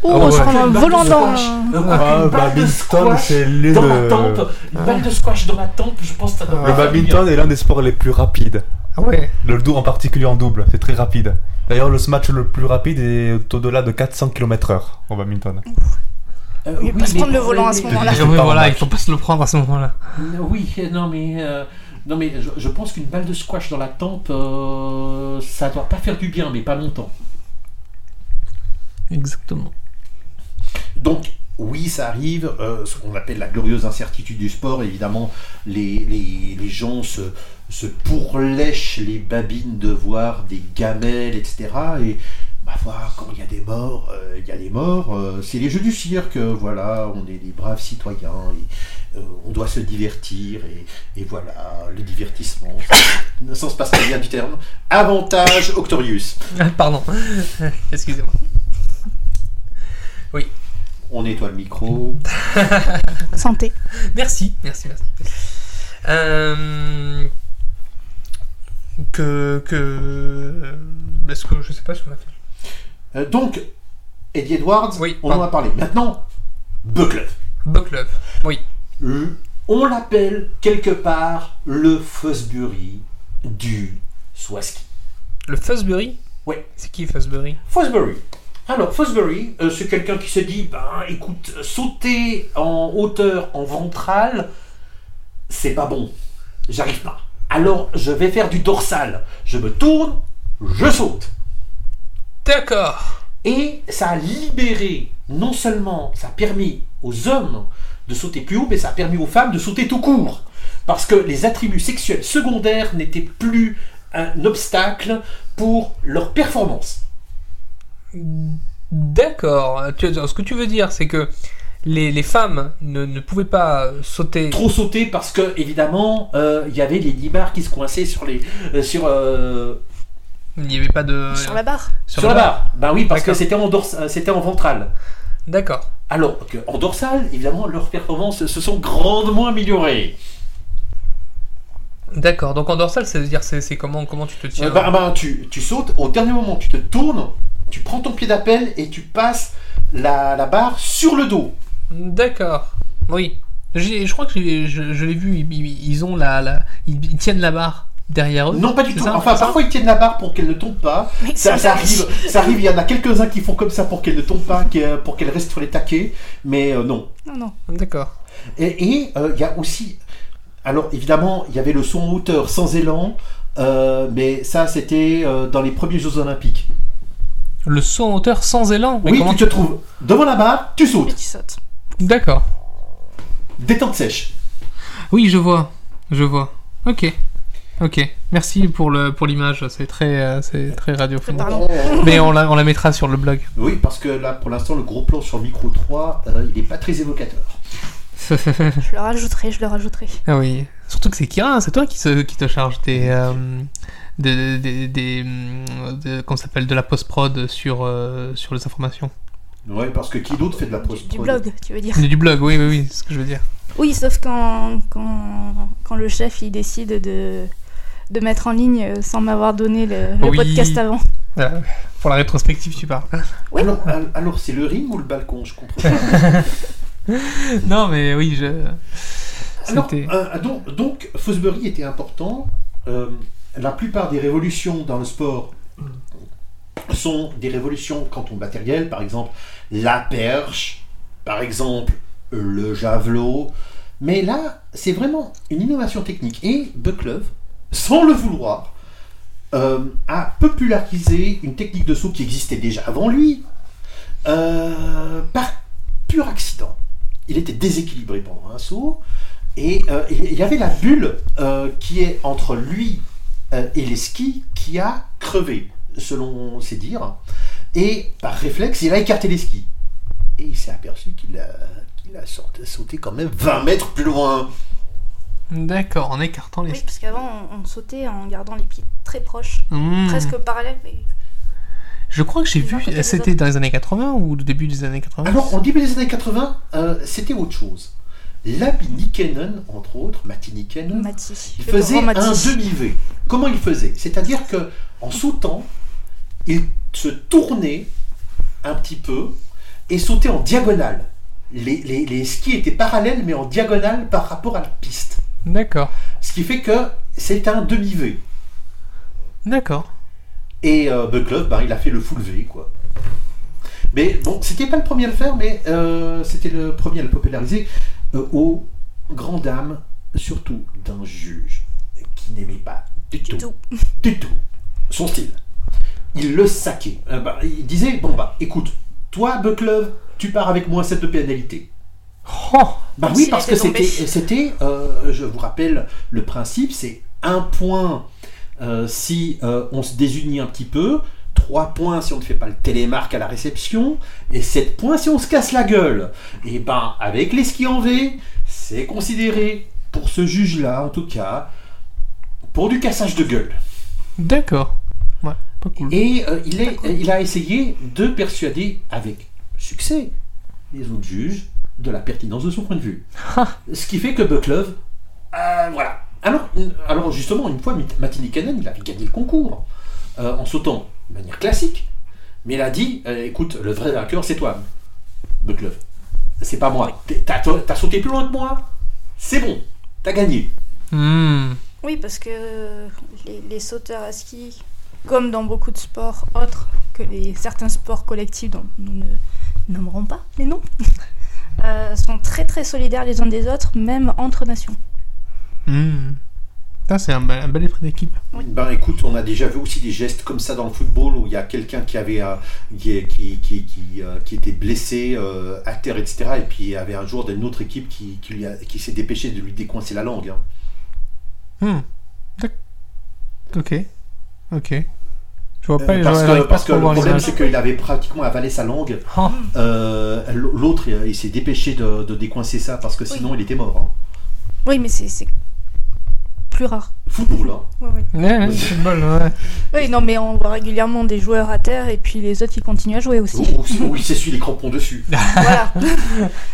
oh,
Ah
on
ouais.
se
Quoique
rend un
une balle de
volant dans.
squash- euh, quoique
Ah,
une
le
balle de
badminton,
squash
c'est l'une
dans la tempe,
de...
une balle de squash dans la tempe, je pense que ça doit
Le badminton est l'un des sports les plus rapides.
Ah ouais.
Le dos en particulier en double, c'est très rapide. D'ailleurs, le match le plus rapide est au-delà de 400 km/h en badminton.
Euh,
Il peut se
mais-
prendre le volant à ce
mais-
moment-là.
C'est pas un
voilà, il
match.
faut pas se le prendre à ce moment-là.
Euh, Oui, euh, non mais, euh, non, mais je, je pense qu'une balle de squash dans la tempe, euh, ça doit pas faire du bien, mais pas longtemps.
Exactement.
Donc, oui, ça arrive, euh, ce qu'on appelle la glorieuse incertitude du sport. Évidemment, les, les- les gens se, se pourlèchent les babines de voir des gamelles, etc. Et bah, voir quand il y a des morts, euh, il y a des morts. euh, c'est les jeux du cirque, euh, voilà, on est des braves citoyens, et, euh, on doit se divertir, et, et voilà, le divertissement, ça- sans se passer bien du terme. Avantage Octorius.
Ah, Pardon. Excusez-moi.
On nettoie le micro.
Santé.
Merci, merci, merci. Euh, que. que. Est-ce que je sais pas ce qu'on a fait
Euh, donc, Eddie Edwards,
Oui,
on en
pardon.
a parlé. Maintenant, Buckle.
Buck Love.
Le- On l'appelle quelque part le Fosbury du Swaski.
Le Fosbury
Ouais.
C'est qui Fosbury
Fosbury. Alors, Fosbury, euh, c'est quelqu'un qui se dit, ben écoute, euh, sauter en hauteur, en ventrale, c'est pas bon. J'arrive pas. Alors, je vais faire du dorsal. Je me tourne, je saute.
D'accord
Et ça a libéré, non seulement ça a permis aux hommes de sauter plus haut, mais ça a permis aux femmes de sauter tout court. Parce que les attributs sexuels secondaires n'étaient plus un obstacle pour leur performance.
D'accord. Tu- Ce que tu veux dire, c'est que les, les femmes ne, ne pouvaient pas sauter.
Trop sauter parce que, évidemment, euh, il y avait les nibards qui se coinçaient sur, les, euh, sur, euh,
Il n'y avait pas de.
Sur la barre.
sur
sur la
la
barre. Ben oui, parce que
D'accord.
c'était en, dors- euh, c'était en ventrale.
D'accord.
Alors qu'en dorsale, évidemment, leurs performances se sont grandement améliorées.
D'accord. Donc en dorsale, ça veut dire c'est c'est comment, comment tu te tiens
Euh, bah, bah, tu, tu sautes, au dernier moment, tu te tournes, tu prends ton pied d'appel et tu passes la, la barre sur le dos.
D'accord. Oui. J'ai- Je crois que j'ai- je, je l'ai vu. Ils, ils- ils ont la, la- ils, ils tiennent la barre derrière eux.
Non, pas du
Oh, c'est
tout.
ça,
enfin,
c'est ça
parfois, ils tiennent la barre pour qu'elle ne tombe pas.
Mais
Ça,
c'est
ça arrive, ça arrive. Il y en a quelques-uns qui font comme ça pour qu'elle ne tombe pas, qui- euh, pour qu'elle reste sur les taquets. Mais euh, non.
Non, non.
D'accord.
Et et, euh, il y a aussi. Alors, évidemment, il y avait le son en hauteur sans élan. Euh, mais ça, c'était euh, dans les premiers Jeux Olympiques.
Le saut en hauteur sans élan. Mais
oui,
comment
tu te trouves devant la barre, tu sautes.
Et tu sautes.
D'accord.
Détente sèche.
Oui, je vois. Je vois. Ok. Ok. Merci pour le pour l'image. C'est très euh, c'est très radiophonique.
Pardon.
Mais on la, on la mettra sur le blog.
Oui, parce que là, pour l'instant, le gros plan sur Micro 3, euh, il n'est pas très évocateur.
Je le rajouterai, je le rajouterai.
ah oui. Surtout que c'est Kira, hein. c'est toi qui, se- qui te charge des euh, des des, des, hum, de- comment ça s'appelle de la post prod sur euh, sur les informations.
Oui, parce que qui d'autre fait de la
Du,
post
du blog, tu veux dire.
Mais Du blog. Oui oui oui. C'est ce que je veux dire.
Oui, sauf quand, quand, quand le chef il décide de, de mettre en ligne euh, sans m'avoir donné le, le
Oui.
podcast avant.
Voilà. Euh, Pour la rétrospective, tu parles.
Oui.
Alors, al- alors, c'est le ring ou le balcon Je comprends pas.
non mais oui je.
Alors,
C'était.
euh, donc, donc, Fosbury était important. Euh, la plupart des révolutions dans le sport sont des révolutions quant au matériel, par exemple la perche, par exemple le javelot. Mais là, c'est vraiment une innovation technique. Et Bucklove, sans le vouloir, euh, a popularisé une technique de saut qui existait déjà avant lui, euh, par pur accident. Il était déséquilibré pendant un saut, et euh, il y avait la bulle euh, qui est entre lui euh, et les skis qui a crevé, selon ses dires. Et par réflexe, il a écarté les skis. Et il s'est aperçu qu'il a, qu'il a sorti- sauté quand même 20 mètres plus loin.
D'accord. En écartant les.
Oui, parce qu'avant on, on sautait en gardant les pieds très proches,
Hmm.
presque parallèles. Mais...
Je crois que j'ai
Les uns
vu,
côté des
c'était dans les années 80 ou le début des années 80
Alors, au début des années 80, euh, c'était autre chose. L'ami Nikkenen, entre autres, Matti Nikkenen,
Mati.
Il
le grand
faisait un
Mati.
demi-V. Comment il faisait C'est-à-dire que en sautant, il se tournait un petit peu et sautait en diagonale. Les, les- les skis étaient parallèles mais en diagonale par rapport à la piste.
D'accord,
Ce qui fait que c'est un demi-V.
d'accord.
Et euh, Bucklove, bah, il a fait le full V, quoi. Mais bon, c'était pas le premier à le faire, mais euh, c'était le premier à le populariser euh, aux grandes dames, surtout d'un juge qui n'aimait pas du
Du
tout
tout.
du tout son style. Il le saquait. Euh, bah, il disait Bon, bah, écoute, toi, Bucklove, tu pars avec moi cette pénalité.
Oh,
Bah
Comme
oui,
s'il
parce que
était
c'était,
tombé.
c'était euh, je vous rappelle, le principe c'est un point euh, si euh, on se désunit un petit peu, trois points si on ne fait pas le télémarque à la réception, et sept points si on se casse la gueule. Et ben, avec les skis en V, c'est considéré, pour ce juge-là en tout cas, pour du cassage de gueule.
d'accord. Ouais, Hein. pas cool.
Et euh, il, est- il a essayé de persuader avec succès les autres juges de la pertinence de son point de vue. Ce qui fait que Bucklove, euh, voilà. Alors, une- alors justement, une fois, Mit- Matty Cannon, il avait gagné le concours euh, en sautant de manière classique, mais il a dit, euh, écoute, le vrai vainqueur, c'est toi, Bucklove. C'est pas moi. T'es- T'as t'as sauté plus loin que moi. C'est bon. T'as gagné.
Hmm,
Oui, parce que euh, les, les sauteurs à ski, comme dans beaucoup de sports autres que les, certains sports collectifs dont nous ne nommerons pas les noms, euh, sont très très solidaires les uns des autres, même entre nations.
hmm. Putain, c'est un, bel- un bel esprit d'équipe.
Oui.
Ben écoute, on a déjà vu aussi des gestes comme ça dans le football où il y a quelqu'un qui avait euh, qui, qui, qui, qui, euh, qui était blessé euh, à terre, etc. Et puis il y avait un jour d'une autre équipe qui, qui, lui a- qui s'est dépêchée de lui décoincer la langue. hein.
Hmm. D'ac- Ok, ok. Je vois pas
Euh,
les
parce
gens.
que, parce que le problème
l'image.
c'est qu'il avait pratiquement avalé sa langue.
Oh,
Euh, L'autre il s'est dépêché de, de décoincer ça parce que sinon il était mort. hein.
Oui, mais c'est c'est plus rare.
Football, hein.
Oui, oui.
ouais, ouais, c'est le bol, ouais.
non, mais on voit régulièrement des joueurs à terre et puis les autres qui continuent à jouer aussi.
Où, où- où il s'essuie les crampons dessus.
voilà.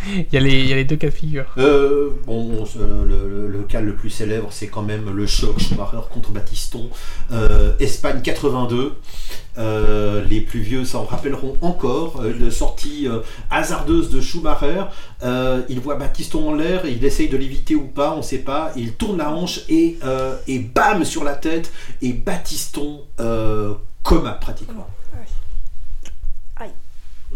Il y, a les- il y a les deux cas de figure.
Euh, bon, euh, le, le- le cas le plus célèbre, c'est quand même le choc Schumacher contre Batiston, Euh, Espagne 82. Euh, les plus vieux s'en rappelleront encore. Euh, Une sortie euh, hasardeuse de Schumacher. Euh, il voit Batiston en l'air, il essaye de l'éviter ou pas, on sait pas. Il tourne la hanche et, euh, et bam sur la tête. Et Batiston, euh, coma pratiquement.
Ah Aïe.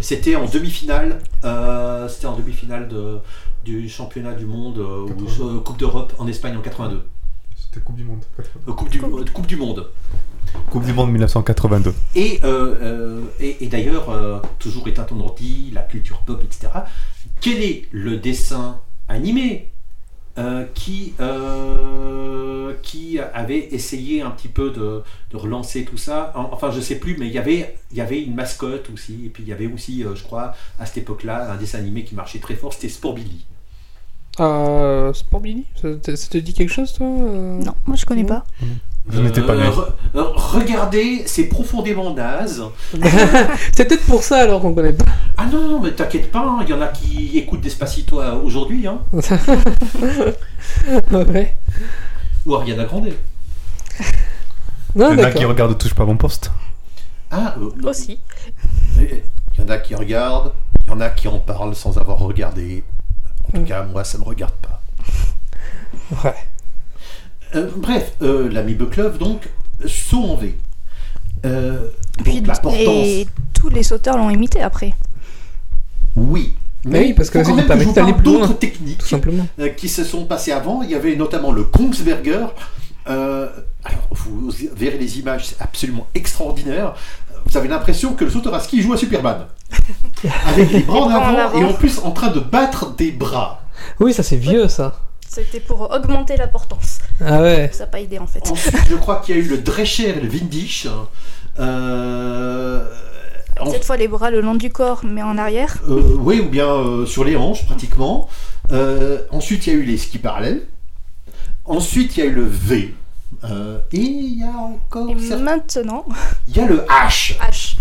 C'était en demi-finale. euh, C'était en demi-finale de du championnat du monde euh, ou
80.
euh, Coupe d'Europe en Espagne en 82.
C'était C'était Coupe du Monde.
Euh, coupe, du,
Coupe.
euh, coupe du Monde.
Coupe du Monde 1982.
Et, euh, euh, et, et d'ailleurs, euh, toujours éteint ton ordi, la culture pop, etc. Quel est le dessin animé euh, qui, euh, qui avait essayé un petit peu de, de relancer tout ça En- Enfin, je sais plus, mais il y avait, il y avait une mascotte aussi. Et puis, il y avait aussi, euh, je crois, à cette époque-là, un dessin animé qui marchait très fort, c'était Sport Billy.
Euh, Sport Billy ça te, ça te dit quelque chose, toi euh
Non, moi je connais pas.
Je n'étais pas né.
re- euh, Regardez, c'est profondément naze.
C'est peut-être pour ça alors qu'on connaît pas.
Ah non, non, mais t'inquiète pas, hein, il y en a qui écoutent Despacito euh, aujourd'hui, hein,
ouais.
ou Ariana Grande.
Non,
Il y en a qui
d'accord.
regardent Touche pas mon poste.
Ah, euh, non.
Aussi.
Eh, Il y en a qui regardent, il y en a qui en parlent sans avoir regardé. En tout
Mm.
cas, moi, ça me regarde pas.
Ouais.
Euh, bref, euh, l'ami Bucklove, donc, saut en V. Euh,
Puis, eh.
donc, l'importance,
et tous les sauteurs l'ont imité après.
oui.
Mais oui, parce que
faut quand
ça
même
permet
je vous
d'aller
parle
plus loin.
d'autres techniques.
hein. Tout simplement.
euh, qui se sont passés avant. Il y avait notamment le Kongsberger. Euh, alors, vous verrez les images, c'est absolument extraordinaire. Euh, Vous avez l'impression que le sauteur à ski joue à Superman. Avec les bras
Les bras
en
en
avant
avant.
et en plus en train de battre des bras.
Oui, ça c'est vieux ça.
C'était pour augmenter la portance.
Ah ouais.
Ça n'a pas aidé en fait.
Ensuite, je crois qu'il y a eu le Drescher et le Windisch. hein. Euh, en-
Cette fois les bras le long du corps mais en arrière.
euh, oui, ou bien euh, sur les hanches pratiquement. Euh, ensuite, il y a eu les skis parallèles. Ensuite, il y a eu le V. Euh, et il y a encore
Et
certains-
maintenant,
Il y a le H.
H,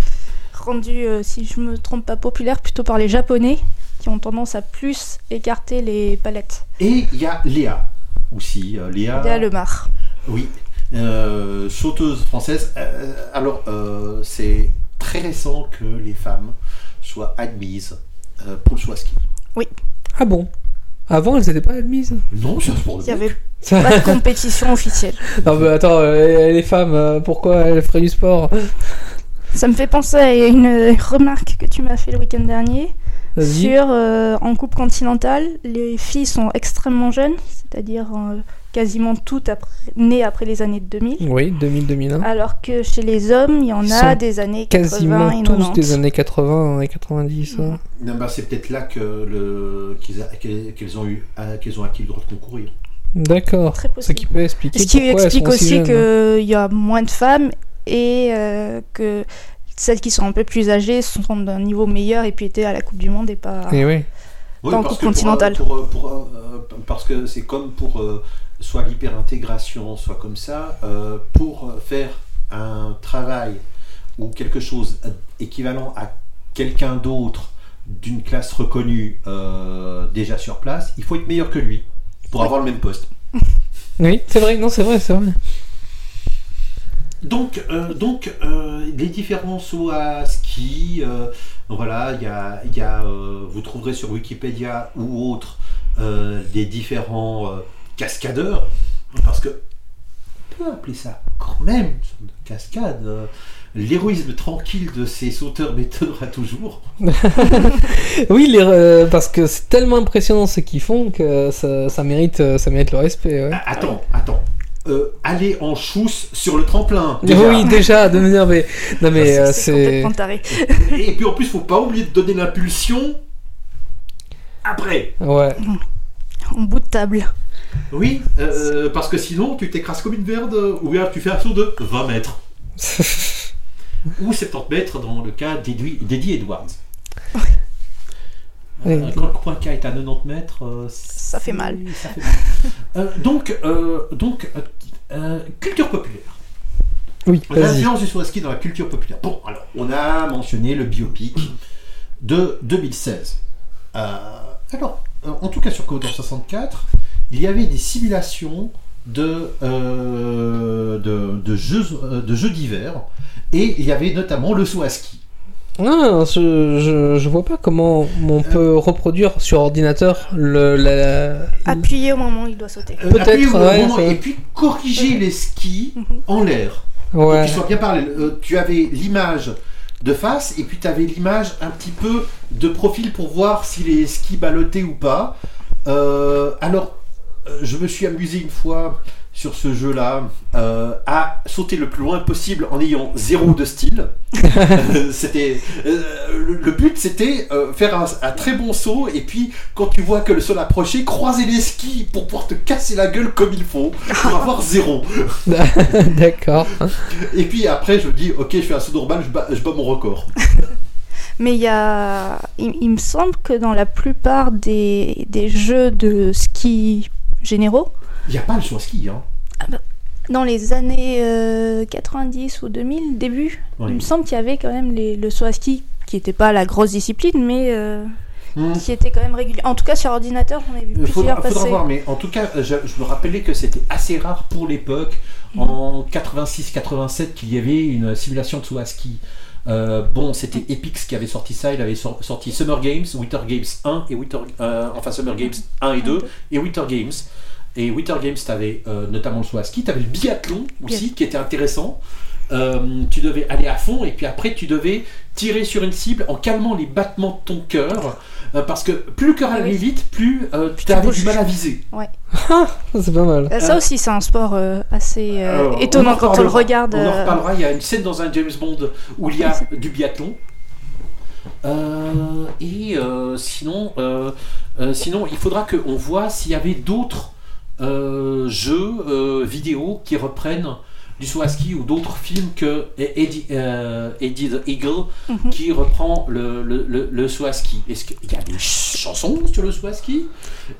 rendu, euh, si je me trompe pas, populaire plutôt par les Japonais qui ont tendance à plus écarter les palettes.
Et il y a Léa aussi. euh, Léa.
Ah.
Léa Lemar.
Oui. Euh, sauteuse française. Euh, alors, euh, c'est très récent que les femmes soient admises euh, pour le saut à ski.
Ah bon Avant, elles n'étaient pas admises.
Non, c'est un sport de
Il n'y
mec.
avait
Ça-
pas de compétition officielle.
Non, mais attends, euh, les femmes, euh, pourquoi elles feraient du sport
Ça me fait penser à une remarque que tu m'as fait le week-end dernier.
Vas-y.
Sur, euh, en coupe continentale, les filles sont extrêmement jeunes, c'est-à-dire euh, quasiment toutes après- nées après les années 2000.
Oui, 2000-2001.
Alors que chez les hommes, il y en a
Mmh. Sont
des années 80
Quasiment
et
tous
90.
des années 80 et 90. hein.
Non, bah, c'est peut-être là que le qu'ils a- qu'elles qu'elles ont eu euh, qu'elles ont acquis le droit de concourir.
D'accord.
Très
Ce qui
possible.
peut expliquer.
Ce qui
pourquoi elles
explique
sont aussi
aussi
jeunes. hein
qu'il y a moins de femmes et euh, que celles qui sont un peu plus âgées sont d'un niveau meilleur et puis étaient à la Coupe du Monde et pas.
Eh oui.
Oui,
Dans le
parce
couple
que pour, euh,
continental.
pour, euh, pour, euh, euh, parce que c'est comme pour euh, soit l'hyperintégration, soit comme ça, euh, pour euh, faire un travail ou quelque chose euh, équivalent à quelqu'un d'autre d'une classe reconnue euh, déjà sur place, il faut être meilleur que lui pour avoir le même poste.
Oui, c'est vrai, non, c'est vrai, c'est vrai.
Donc, euh, donc euh, les différents sauts à ski, euh, voilà, il y a, il y a, euh, vous trouverez sur Wikipédia ou autre euh, des différents euh, cascadeurs, parce que on peut appeler ça quand même une sorte de cascade. euh, L'héroïsme tranquille de ces sauteurs-metteurs à toujours.
Oui, les, euh, parce que c'est tellement impressionnant ce qu'ils font que ça, ça mérite, euh, ça mérite le respect. ouais.
Ah, Attends, attends. Euh, aller en chousse sur le tremplin. déjà.
Oui, déjà, de manière. Mais, non, mais euh,
Bah, C'est- c'est
c'est.
complètement taré.
Et puis en plus, faut pas oublier de donner l'impulsion après.
Ouais.
En bout de table.
Oui, euh, parce que sinon tu t'écrases comme une verde, ou bien tu fais un saut de 20 mètres, ou 70 mètres dans le cas d'Eddie d'Eddie Edwards.
Oui.
Euh, Quand le point K est à 90 mètres, euh,
Ça fait mal.
ça fait mal. Euh, donc, euh, donc euh, euh, culture populaire.
oui, vas-y.
L'influence du saut à ski dans la culture populaire. Bon, alors, on a mentionné le biopic de 2016. Euh, alors, euh, en tout cas sur Commodore 64, il y avait des simulations de, euh, de, de jeux, euh, de jeux d'hiver et il y avait notamment le saut à ski.
Non, je, je, je vois pas comment on peut reproduire sur ordinateur le, la.
Appuyer au moment où il doit sauter.
Euh,
Peut-être,
appuyez au
ouais,
moment
ça-
et puis corriger les skis
Mhm.
en l'air. Pour
Ouais.
qu'ils soient bien parallèles. Euh, tu avais l'image de face et puis tu avais l'image un petit peu de profil pour voir si les skis ballottaient ou pas. Euh, alors, euh, je me suis amusé une fois sur ce jeu-là euh, à sauter le plus loin possible en ayant zéro de style. c'était euh, le, le but, c'était euh, faire un, un très bon saut et puis quand tu vois que le sol approchait, croiser les skis pour pouvoir te casser la gueule comme il faut pour avoir zéro.
D'accord.
Et puis après, je me dis, ok, je fais un saut normal, je bats, je bats mon record.
Mais il y a. Il, il me semble que dans la plupart des, des jeux de ski généraux,
Il n'y a pas le saut à ski, hein.
dans les années euh, 90 ou 2000, début,
Oui.
il me semble qu'il y avait quand même les, le saut à ski, qui n'était pas la grosse discipline, mais euh,
Hmm.
qui était quand même régulier. En tout cas, sur ordinateur, j'en ai vu
Il faudra,
plusieurs
faudra
passer.
voir, mais en tout cas, je, je me rappelais que c'était assez rare pour l'époque, en 86-87, qu'il y avait une simulation de saut à ski. Euh, bon, c'était Epix qui avait sorti ça, il avait sor- sorti Summer Games, Winter Games 1 et Winter, euh, enfin Summer Games 1 et 2 et Winter Games. Et Winter Games, t'avais euh, notamment le saut à ski, t'avais le biathlon aussi qui était intéressant. Euh, tu devais aller à fond et puis après tu devais tirer sur une cible en calmant les battements de ton cœur euh, parce que plus le cœur allait
Oui.
vite, plus euh, tu
tu
avais
bouges.
du mal à viser.
C'est pas mal.
Euh, Ça aussi, c'est un sport euh, assez euh,
Alors, on
étonnant
en
quand on le
reparlera.
regarde.
On en
euh,
reparlera, il y a une scène dans un James Bond où il y a du biathlon. Euh, et euh, sinon, euh, euh, sinon, il faudra qu'on voit s'il y avait d'autres euh, jeux euh, vidéo qui reprennent du saut à ski ou d'autres films que Eddie, euh, Eddie the Eagle
Mhm.
qui reprend le, le, le, le saut à ski. Est-ce qu'il y a des ch- chansons sur le saut à ski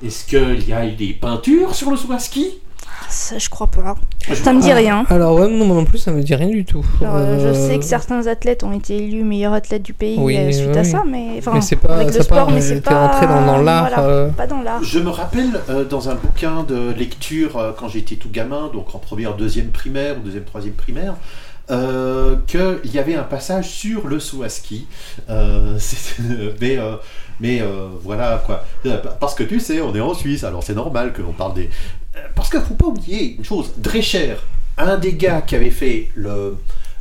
Est-ce qu'il y a eu des peintures sur le saut à ski
euh, Ça, je crois pas.
Je
Ça me dit rien.
Alors, ouais, non, moi non plus, ça me dit rien du tout.
Alors, euh, Je
Euh,
sais que certains athlètes ont été élus meilleurs athlètes du pays
Oui,
euh, suite à
oui.
ça, mais, enfin,
Mais c'est pas,
avec le
c'est
sport,
pas,
mais c'est
t'es
pas
rentré dans, dans l'art.
voilà,
euh,
pas dans l'art.
Je me rappelle euh, dans un bouquin de lecture euh, quand j'étais tout gamin, donc en première, deuxième primaire ou deuxième, troisième primaire, euh, qu'il y avait un passage sur le saut à ski. Euh, c'est- mais euh, mais euh, voilà quoi. Euh, Parce que tu sais, on est en Suisse, alors c'est normal que l'on parle des. Euh, Parce qu'il ne faut pas oublier une chose Drescher, un des gars qui avait fait le.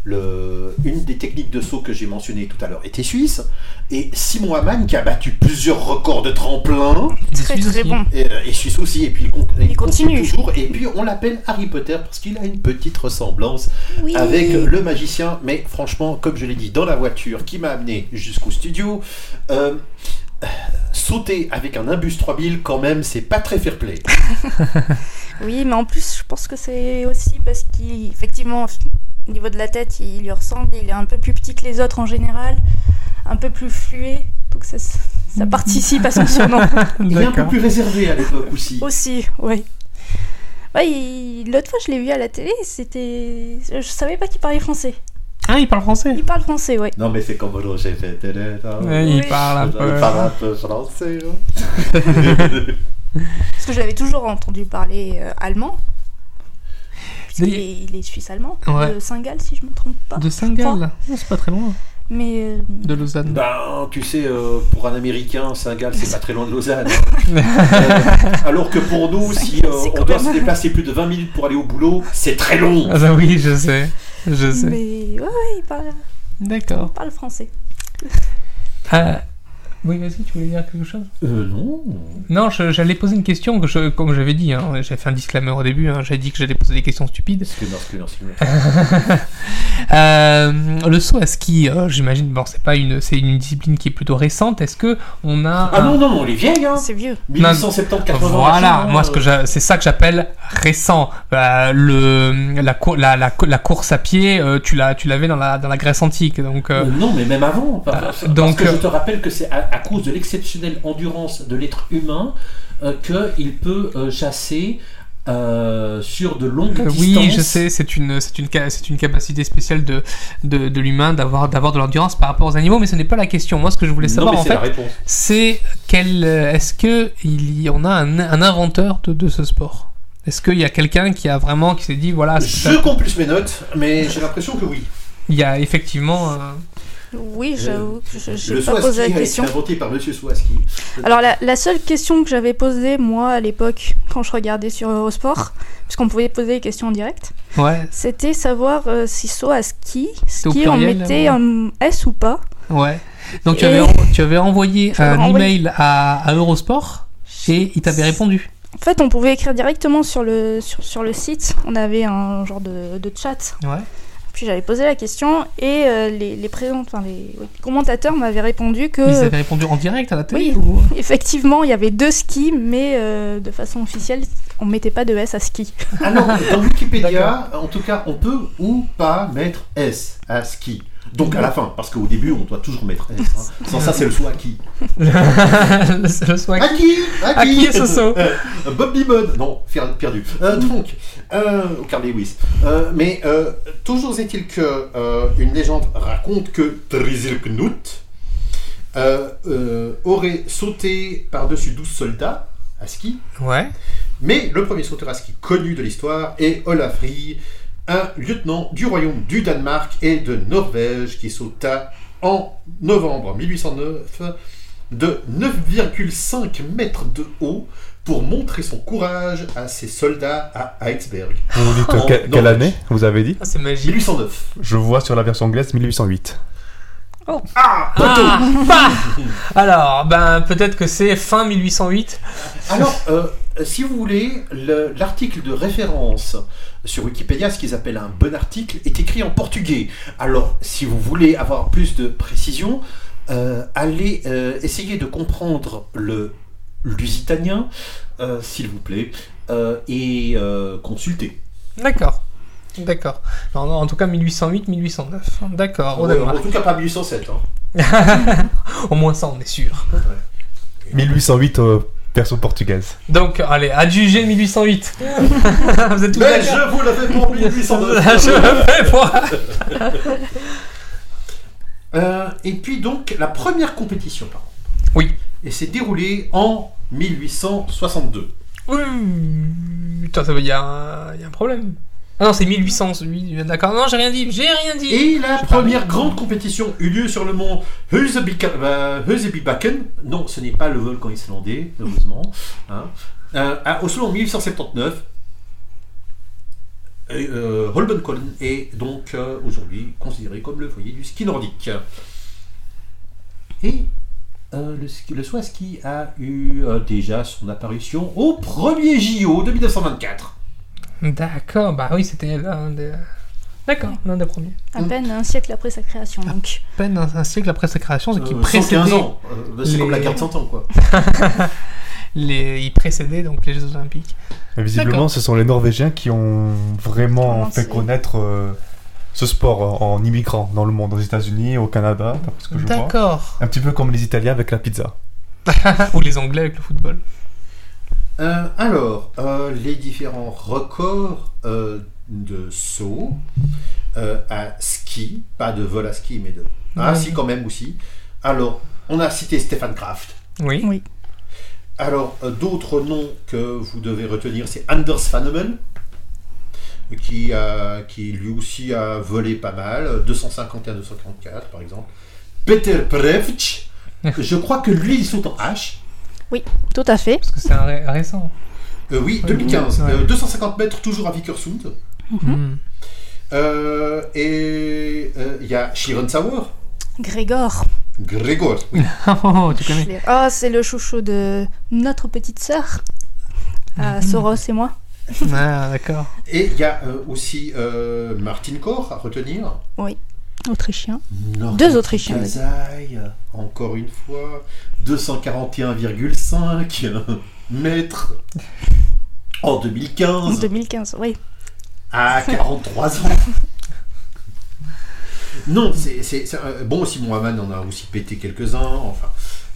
Le, une des techniques de saut que j'ai mentionné tout à l'heure était suisse et Simon Hamann qui a battu plusieurs records de tremplin
Il est
Très
suisse
très
aussi.
bon.
et, euh, et suisse aussi, et puis il, con- il
Il continue.
toujours. Et puis on l'appelle Harry Potter parce qu'il a une petite ressemblance
Oui.
avec le magicien. Mais franchement, comme je l'ai dit, dans la voiture qui m'a amené jusqu'au studio, euh, euh, sauter avec un imbus 3000, quand même, c'est pas très fair-play.
Oui, mais en plus, je pense que c'est aussi parce qu'effectivement, au niveau de la tête, il lui ressemble. Il est un peu plus petit que les autres en général, un peu plus fluet. Donc ça, ça participe à son surnom
Il est un peu
D'accord.
plus réservé à l'époque aussi.
aussi, oui. Ouais, il- l'autre fois, je l'ai vu à la télé. C'était, je savais pas qu'il parlait français.
Ah, il parle français.
Il parle français, ouais.
Non, mais c'est comme Roger j'ai fait.
Ouais, il
Oui.
parle un peu.
un peu français. hein.
Parce que je l'avais toujours entendu parler euh, allemand. Il
D'ailleurs-
est, il est suisse-allemand,
Ouais.
de saint si je me trompe pas.
De Saint-Gall. Oh, c'est pas très loin.
Mais euh,
De Lausanne.
Ben, tu sais, euh, pour un Américain, Saint-Gall, c'est pas très loin de Lausanne. Euh, alors que pour nous, si euh,
c'est
on
quand
doit
même-
se déplacer plus de 20 minutes pour aller au boulot, c'est très long.
Ah, ça, oui, je sais. Je sais.
mais ouais, ouais, il parle,
D'accord.
il parle français.
Ah, oui, vas-y, tu voulais dire quelque chose
Euh, non.
Non, je- j'allais poser une question, que je- comme j'avais dit, hein, j'avais fait un disclaimer au début, hein, j'avais dit que j'allais poser des questions stupides.
Excuse-moi, excuse-moi, excuse-moi.
Euh, le saut à ski, euh, j'imagine, bon, c'est pas une, c'est une discipline qui est plutôt récente. Est-ce que on a
Ah
un-
non, non, non, les vieilles, hein.
C'est vieux.
1870-80.
Voilà,
Euh, hein,
moi ce que j'a- c'est ça que j'appelle récent. Euh, le la, cour- la, la, la course à pied, euh, tu l'as tu l'avais dans la dans la Grèce antique, donc euh,
Euh, non, mais même avant. Enfin, parce- parce
donc,
que je
euh,
te rappelle que c'est à, à cause de l'exceptionnelle endurance de l'être humain euh, qu'il peut euh, chasser euh, sur de longues
Euh,
distances.
Oui, je sais, c'est une, c'est une, ca- c'est une capacité spéciale de, de, de l'humain d'avoir, d'avoir de l'endurance par rapport aux animaux, mais ce n'est pas la question. Moi, ce que je voulais
Non,
savoir,
mais
en
c'est la
fait,
réponse.
c'est quel, euh, est-ce que il y en a un, un inventeur de, de ce sport Est-ce qu'il y a quelqu'un qui a vraiment, qui s'est dit, voilà, c'est ça.
Je compulse mes notes, mais j'ai l'impression que oui.
il y a effectivement... euh,
Oui, j'avoue que je-
Le
j'ai pas
saut à ski
posé la
a été
question.
inventé par Monsieur Swaski.
Alors la, la seule question que j'avais posée moi à l'époque quand je regardais sur Eurosport, puisqu'on pouvait poser les questions en direct,
ouais,
c'était savoir euh, si soit à ski,
au
ski on
pluriel,
mettait
là,
un S ou pas.
ouais. Donc tu
Et-
avais, en- tu avais envoyé
J'avais
un
envoyé.
email à, à Eurosport et il t'avait répondu.
En fait, on pouvait écrire directement sur le, sur, sur le site. On avait un genre de, de chat.
Ouais.
Puis j'avais posé la question et euh, les, les, présents- enfin, les- oui, les commentateurs m'avaient répondu que.
Ils avaient répondu en direct à la télé
Euh. oui.
ou-
Effectivement, il y avait deux skis, mais euh, de façon officielle, on mettait pas de S à ski.
Ah non, dans Wikipédia, en tout cas, on peut ou pas mettre S à ski. Donc à la fin, parce qu'au début, on doit toujours mettre S. hein. Sans ça, c'est le saut à qui
le, le soin.
À qui
À qui est ce saut
Euh, Bob Bibode, non, fer- perdu. Euh, donc, euh, ou Carl Lewis. Euh, mais euh, toujours est-il que euh, une légende raconte que Trizilknut euh, euh, aurait sauté par-dessus 12 soldats à ski,
Ouais.
mais le premier sauteur à ski connu de l'histoire est Olafri, un lieutenant du royaume du Danemark et de Norvège qui sauta en novembre 1809 de 9,5 mètres de haut pour montrer son courage à ses soldats à Heidsberg.
Vous dites
Oh,
que-
non.
quelle année vous avez dit
Ah, c'est magique.
1809.
Je vois sur la version anglaise 1808.
Ah,
Ah, bah Alors, ben peut-être que c'est fin 1808.
Alors, euh, si vous voulez, le- l'article de référence sur Wikipédia, ce qu'ils appellent un bon article, est écrit en portugais. Alors, si vous voulez avoir plus de précision, euh, allez euh, essayer de comprendre le lusitanien, euh, s'il vous plaît, euh, et euh, consulter.
D'accord. D'accord. Non, non, en tout cas 1808-1809. D'accord, au
Ouais,
Danemark.
Ah, Euh, en tout cas, pas 1807. hein.
Au moins ça, on est sûr.
1808 euh, version portugaise.
Donc, allez, adjugé 1808. Vous êtes tous d'accord
Mais Ben, je vous le fais pour 1809.
Je me fais pour-
Euh, et puis donc, la première compétition, par contre.
Oui.
Et s'est déroulée en 1862.
Ouh, Putain, ça veut dire un... il y a un problème. Ah non, c'est 1800. oui, D'accord, non, j'ai rien dit. J'ai rien dit.
Et la première grande compétition eut lieu sur le mont Husebika- euh, Husebybakken. Non, ce n'est pas le volcan islandais, heureusement. hein. Euh, à Oslo en 1879. Et, euh, Holmenkollen est donc euh, aujourd'hui considéré comme le foyer du ski nordique. Et euh, le, ski- le saut à ski a eu euh, déjà son apparition au premier JO de 1924.
D'accord, bah oui, c'était l'un des. D'accord, l'un des premiers.
À peine un siècle après sa création,
Ah.
donc.
À peine un, un siècle après sa création, c'est qu'il
Euh,
précédait.
115 ans, Euh, c'est
les-
comme la carte 100 ans quoi.
Les... Il précédait donc les Jeux Olympiques.
Et visiblement,
D'accord.
ce sont les Norvégiens qui ont vraiment
Vraiment,
fait
c'est-
connaître euh, ce sport en en immigrant dans le monde, aux États-Unis, au Canada, d'après ce que je vois.
D'accord.
Un petit peu comme les Italiens avec la pizza.
Ou les Anglais avec le football.
Euh, alors, euh, les différents records euh, de saut euh, à ski, pas de vol à ski, mais de. Ah,
Ouais.
si, quand même aussi. Alors, on a cité Stéphane Kraft.
Oui.
Alors, euh, d'autres noms que vous devez retenir, c'est Anders Faneman, qui, a- qui lui aussi a volé pas mal, 251-244 par exemple. Peter Prevc, je crois que lui, il saute en H.
Tout à fait.
Parce que c'est un ré- récent.
Euh, oui,
Ouais,
2015.
ouais.
Euh, 250 mètres, toujours à Vickersund.
Hmm.
Euh, et euh, il y a Shiron Sauer.
Grégor.
Grégor.
Oh, oh, tu connais.
Oh, c'est le chouchou de notre petite sœur.
Mm.
Euh, Soros et moi.
Ah, d'accord.
Et il y a euh, aussi euh, Martin Kor à retenir.
Autrichien. Deux Autrichiens,
Kazaï, encore une fois. 241,5 mètres
Ah.
en
En
2015.
2015, oui.
À 43 ans. Non, c'est. c'est- c'est, euh, Bon, Simon Hamann en a aussi pété quelques-uns, enfin.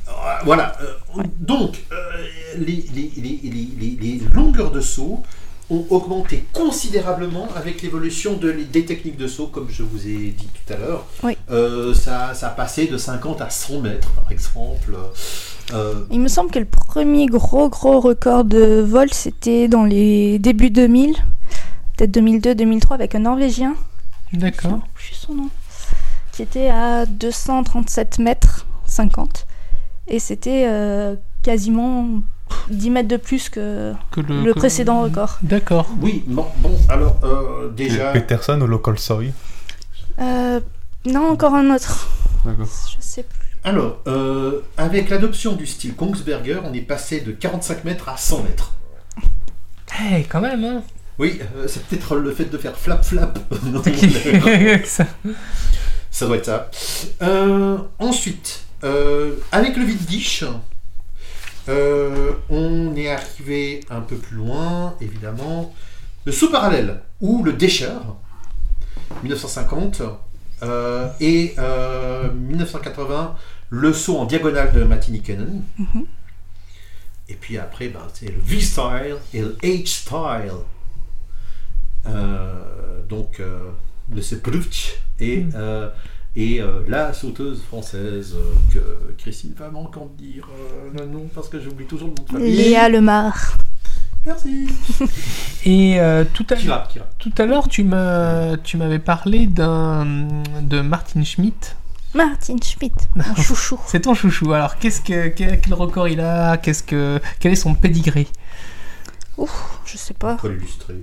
euh, Voilà. euh, Donc, euh, les, les- les- les- les- les longueurs de saut ont augmenté considérablement avec l'évolution de, des techniques de saut, comme je vous ai dit tout à l'heure.
Oui.
Euh, ça, ça a passé de 50 à 100 mètres, par exemple. Euh,
Il me semble que le premier gros gros record de vol, c'était dans les débuts 2000, peut-être 2002-2003, avec un Norvégien.
D'accord.
Je sais son nom. Qui était à 237 mètres 50. Et c'était euh, quasiment 10 mètres de plus que
Que
le,
que-
précédent record.
D'accord.
oui, bon, bon, alors, euh, déjà.
Peterson ou le Colsoy
Euh, non, encore un autre.
D'accord.
Je sais plus.
Alors, euh, avec l'adoption du style Kongsberger, on est passé de 45 mètres à 100 mètres.
Eh, quand même, hein.
Oui, euh, c'est peut-être le fait de faire flap flap.
Ça.
ça doit être ça. Euh, ensuite, euh, avec le vide dish, euh, on est arrivé un peu plus loin, évidemment. Le sous-parallèle, ou le décheur, 1950, euh, et euh, 1980, le saut en diagonale de Martini Cannon.
Mhm.
Et puis après, ben, c'est le V-Style et le H-Style. Euh, donc, euh, le Sepulch et, euh, et euh, la sauteuse française euh, que Christine va m'entendre dire euh, le nom parce que j'oublie toujours le nom de famille.
Léa Lemar.
Merci.
Et euh, tout à l'heure.
Kira, Kira.
Tout à l'heure, tu m'as- tu m'avais parlé d'un de Martin Schmitt.
Martin Schmitt, mon chouchou.
C'est ton chouchou. Alors, qu'est-ce que quel, quel record il a Qu'est-ce que quel est son pedigree
Ouf, je sais pas.
Pour l'illustrer.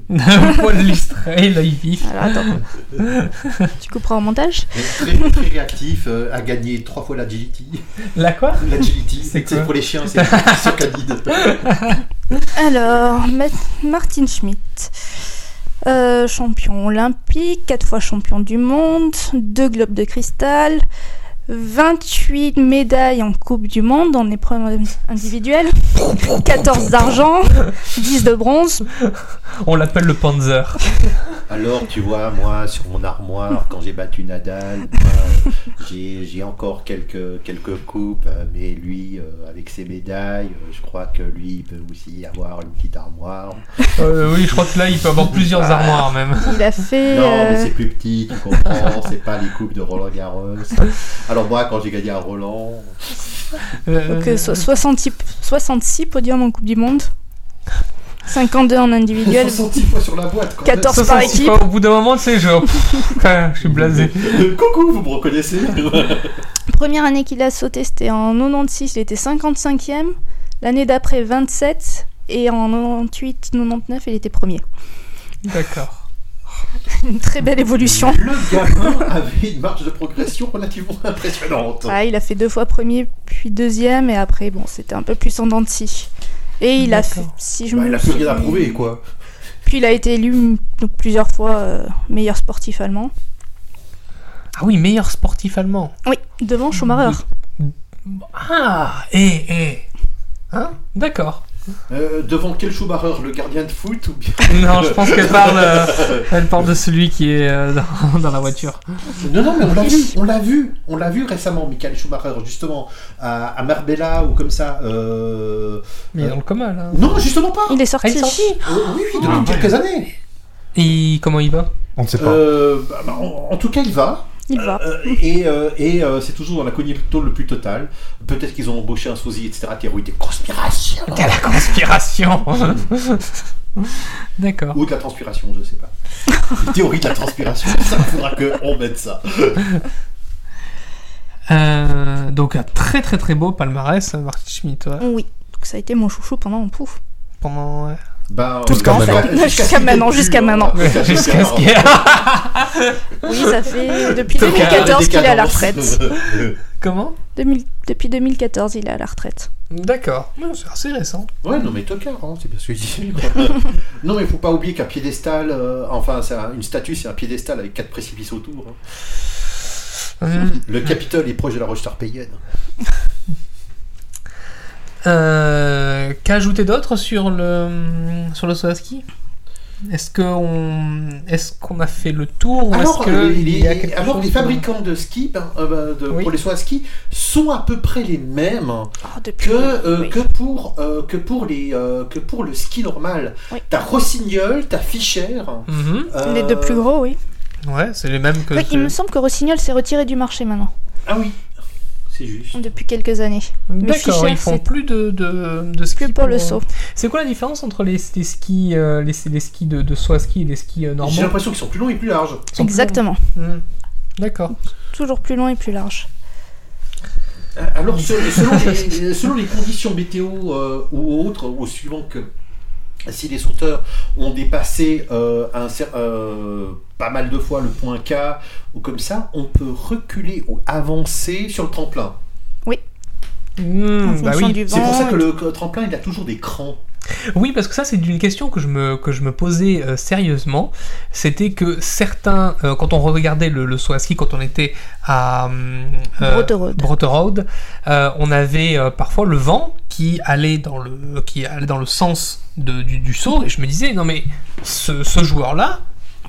Poil lustré, l'œil vif.
Alors attends. tu couperas au montage
Mais Très, très réactif, euh, a gagné trois fois l'agility.
La quoi
L'agility,
C'est
c'est
quoi
pour les chiens, c'est sur canide.
Alors, Ma- Martin Schmitt, Euh, champion olympique, 4 fois champion du monde, 2 globes de cristal, 28 médailles en Coupe du Monde en épreuve individuelle, 14 d'argent, 10 de bronze.
On l'appelle le Panzer.
Alors, tu vois, moi, sur mon armoire, quand j'ai battu Nadal, moi, j'ai j'ai encore quelques, quelques coupes, euh, mais lui, euh, avec ses médailles, euh, je crois que lui, il peut aussi avoir une petite armoire.
Euh, oui, je crois que là, il peut avoir plusieurs armoires même.
Il a fait.
Non, mais
euh,
c'est plus petit, tu comprends, c'est pas les coupes de Roland Garros. Alors, moi, quand j'ai gagné à Roland,
Euh,
donc, euh, so- 60 66 podiums en Coupe du Monde, 52 en individuel.
70 fois sur la boîte, quand même.
14 par
66
équipe.
fois, au bout d'un moment, tu sais, je, pff, putain, je suis blasé.
Coucou, vous me reconnaissez
Première année qu'il a sauté, c'était en 96, il était 55e. L'année d'après, 27. Et en 98, 99, il était premier.
D'accord.
Une très belle évolution.
Le gamin avait une marge de progression relativement impressionnante.
Ah, il a fait deux fois premier, puis deuxième, et après, bon, c'était un peu plus en dents de scie. Et il a fait,
D'accord.
si je
Bah,
me
il a plus rien à
souviens-
prouver, quoi.
Puis il a été élu donc, plusieurs fois euh, meilleur sportif allemand.
Ah oui, meilleur sportif allemand.
Oui,
Mmh.
devant Schumacher.
Ah, eh, eh. Hein D'accord.
Euh, devant quel Schumacher Le gardien de foot ou bien
Non, je pense qu'elle parle, euh, elle parle de celui qui est euh, dans, dans la voiture.
Non, non, Ah, mais on l'a vu, on l'a vu, on l'a vu récemment, Michael Schumacher, justement, à, à Marbella ou comme ça. euh,
Mais il est dans le coma là.
Non, justement pas
Il est
Ah,
sorti.
il est sorti
Euh, Oui, oui, depuis
Ah, ouais.
quelques années.
Et comment il va
On ne sait pas.
Euh, bah, bah, en, en tout cas, il va.
Il va.
Euh, et euh, et euh, c'est toujours dans la cognito le plus total. Peut-être qu'ils ont embauché un sosie, etc. Théorie des conspirations
Quelle la conspiration D'accord.
Ou de la transpiration, je sais pas. Théorie de la transpiration, ça faudra qu'on mette ça.
Euh, donc un très très très beau palmarès, euh, Martin Schmitt, ouais.
Oui. Donc ça a été mon chouchou pendant mon pouf.
Pendant... ouais.
Ben,
Tout
jusqu'à
quand même.
maintenant.
Jusqu'à maintenant, jusqu'à maintenant.
Jusqu'à ce qu'il y ait-
Oui, ça fait depuis
Tocard,
2014 qu'il est à la retraite.
Comment
2000 depuis 2014, il est à la retraite.
D'accord. Non, C'est assez récent.
ouais, non, mais tocard, hein, c'est bien ce que je dis. non, mais faut pas oublier qu'un piédestal, euh, enfin, c'est un- une statue, c'est un piédestal avec quatre précipices autour. hein.
Hum,
Le Capitole est proche de la roche tarpéienne.
euh, Qu'ajouter d'autre sur le sur le saut à ski Est-ce qu'on est qu'on a fait le tour ou est-ce
Alors,
que
euh,
il y a
les-
quelque
alors,
chose
les
de-
fabricants de skis, ben, euh, ben, de-
Oui.
pour les soins à ski, sont à peu près les mêmes.
Oh, depuis.
que, euh,
oui.
que, pour, euh, que, pour les, euh, que pour le ski normal.
Oui.
T'as Rossignol, t'as Fischer.
Mhm.
euh,
Les deux plus gros, oui.
Ouais, c'est les mêmes que.
Oui, il
ceux-
me semble que Rossignol s'est retiré du marché maintenant,
Ah oui, c'est juste.
depuis quelques années.
D'accord,
Fischer,
ils font
c'est-
plus de, de, de ski
Que pour le saut.
C'est quoi la différence entre les, les skis, euh, les, les skis de, de saut à ski et les skis euh, normaux
J'ai l'impression qu'ils sont plus longs et plus larges.
Ils sont plus
Exactement.
longs. Hmm. D'accord.
Toujours plus long et plus large.
Euh, Alors, se- selon, les, selon les conditions météo euh, ou autres, au suivant que si les sauteurs ont dépassé euh, un cer- euh, pas mal de fois le point K ou comme ça, on peut reculer ou avancer sur le tremplin.
Hmm,
en
bah
fonction
Hmm, oui.
du vent.
C'est pour ça que le que le tremplin, il a toujours des crans.
Oui, parce que ça, c'est une question que je me, que je me posais euh, sérieusement. C'était que certains, euh, quand on regardait le, le saut à ski, quand on était à
Brotherode.
Brotherode, euh, on avait euh, parfois le vent qui allait dans le, qui allait dans le sens de- du, du saut, et je me disais, non mais ce, ce joueur-là,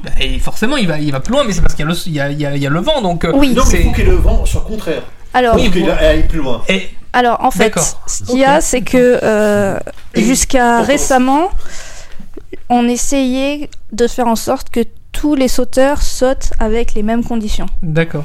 bah, et forcément, il va, il va plus loin, mais c'est parce qu'il y, a le- il y a, il y a- il y a le vent, donc... euh,
Oui.
Non, mais il
c'est-
faut que le vent soit contraire.
Alors,
Pour qu'il aille plus loin.
et-
alors en fait,
D'accord.
ce qu'il y a, c'est que euh, jusqu'à récemment, on essayait de faire en sorte que tous les sauteurs sautent avec les mêmes conditions.
D'accord.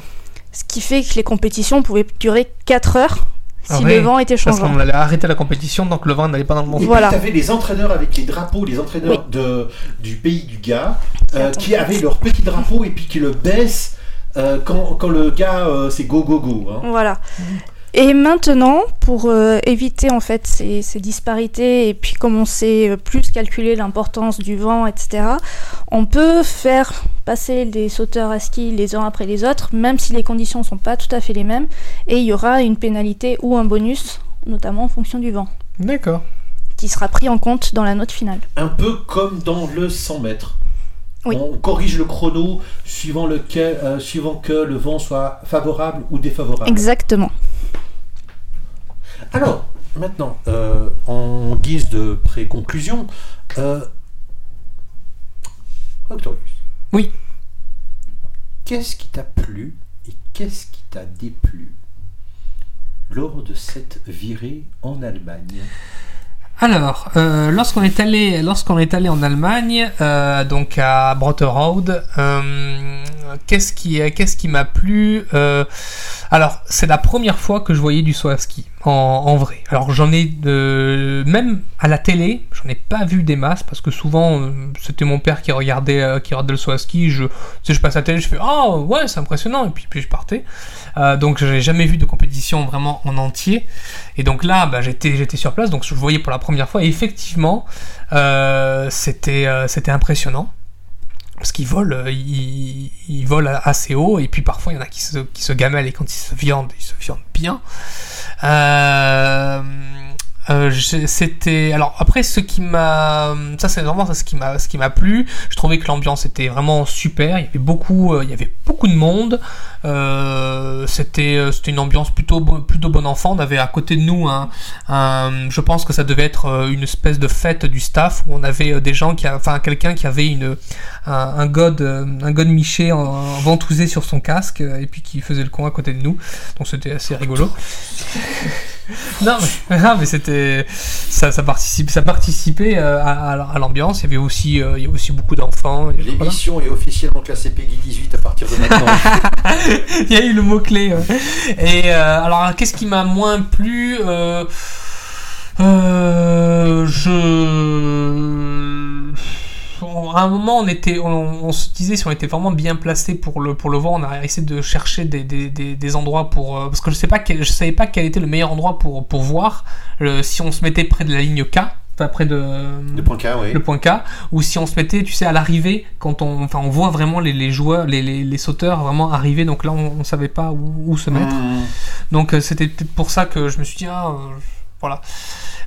Ce qui fait que les compétitions pouvaient durer 4 heures si
Ah ouais,
le vent était
Parce
changeant.
qu'on allait arrêter la compétition tant que le vent n'allait pas dans le bon
Et
sens.
Voilà.
puis, tu avais les entraîneurs avec les drapeaux, les entraîneurs de, du pays du gars, euh,
Qui
qui avaient leur petit drapeau et puis qui le baissent euh, quand, quand le gars, euh, c'est go, go, go. hein.
Voilà. Et maintenant, pour euh, éviter en fait ces, ces disparités et puis comme on sait euh, plus calculer l'importance du vent, etc., on peut faire passer les sauteurs à ski les uns après les autres, même si les conditions sont pas tout à fait les mêmes, et il y aura une pénalité ou un bonus, notamment en fonction du vent,
D'accord.
qui sera pris en compte dans la note finale.
Un peu comme dans le 100 mètres.
Oui.
On corrige le chrono suivant, lequel, euh, suivant que le vent soit favorable ou
Ah.
défavorable.
Exactement.
Alors, maintenant, euh, en guise de pré-conclusion, euh, Octorius.
Oui.
Qu'est-ce qui t'a plu et qu'est-ce qui t'a déplu lors de cette virée en Allemagne
Alors, euh, lorsqu'on est allé, lorsqu'on est allé en Allemagne, euh, donc à Brotherode, euh, qu'est-ce qui, qu'est-ce qui m'a plu Euh, Alors, c'est la première fois que je voyais du saut à ski en, en vrai. Alors, j'en ai de, même à la télé, j'en ai pas vu des masses parce que souvent euh, c'était mon père qui regardait, euh, qui regardait le saut à ski. Je, tu sais, je passe à la télé, je fais ah ouais, c'est impressionnant et puis puis je partais. Euh, donc, je n'ai jamais vu de compétition vraiment en entier. Et donc là, bah, j'étais, j'étais sur place, donc je le voyais pour la première fois. Et effectivement, euh, c'était, euh, c'était impressionnant. Parce qu'ils volent, euh, ils, ils volent assez haut, et puis parfois il y en a qui se, qui se gamellent, et quand ils se viandent, ils se viandent bien. Euh, euh, j'ai- c'était alors après ce qui m'a ça c'est vraiment ça ce qui m'a ce qui m'a plu je trouvais que l'ambiance était vraiment super il y avait beaucoup euh, il y avait beaucoup de monde euh, c'était euh, c'était une ambiance plutôt bo- plutôt bon enfant on avait à côté de nous un, un- je pense que ça devait être euh, une espèce de fête du staff où on avait euh, des gens qui a- enfin quelqu'un qui avait une un, un god euh, un god miché en, en ventousé sur son casque euh, et puis qui faisait le con à côté de nous donc c'était assez rigolo non mais, non, mais c'était ça ça participe ça participait euh, à, à- à l'ambiance il y avait aussi euh, il y a aussi beaucoup d'enfants et voilà.
L'émission est officiellement classée PEGI 18 à partir de maintenant.
Il y a eu le mot-clé. ouais. Et euh, alors, qu'est-ce qui m'a moins plu Euh, euh, Je. on- à un moment, on, était, on, on se disait si on était vraiment bien placé pour le, pour le voir. On a essayé de chercher des, des, des, des endroits pour. euh, parce que je sais pas quel, je savais pas quel était le meilleur endroit pour, pour voir. Euh, si on se mettait près de la ligne K, enfin près de.
Le point K, oui.
le point K, ou si on se mettait, tu sais, à l'arrivée, quand on, enfin, on voit vraiment les, les joueurs, les, les, les sauteurs vraiment arriver, donc là, on, on savait pas où, où se mettre.
Mmh.
Donc euh, c'était peut-être pour ça que je me suis dit, ah, euh, voilà.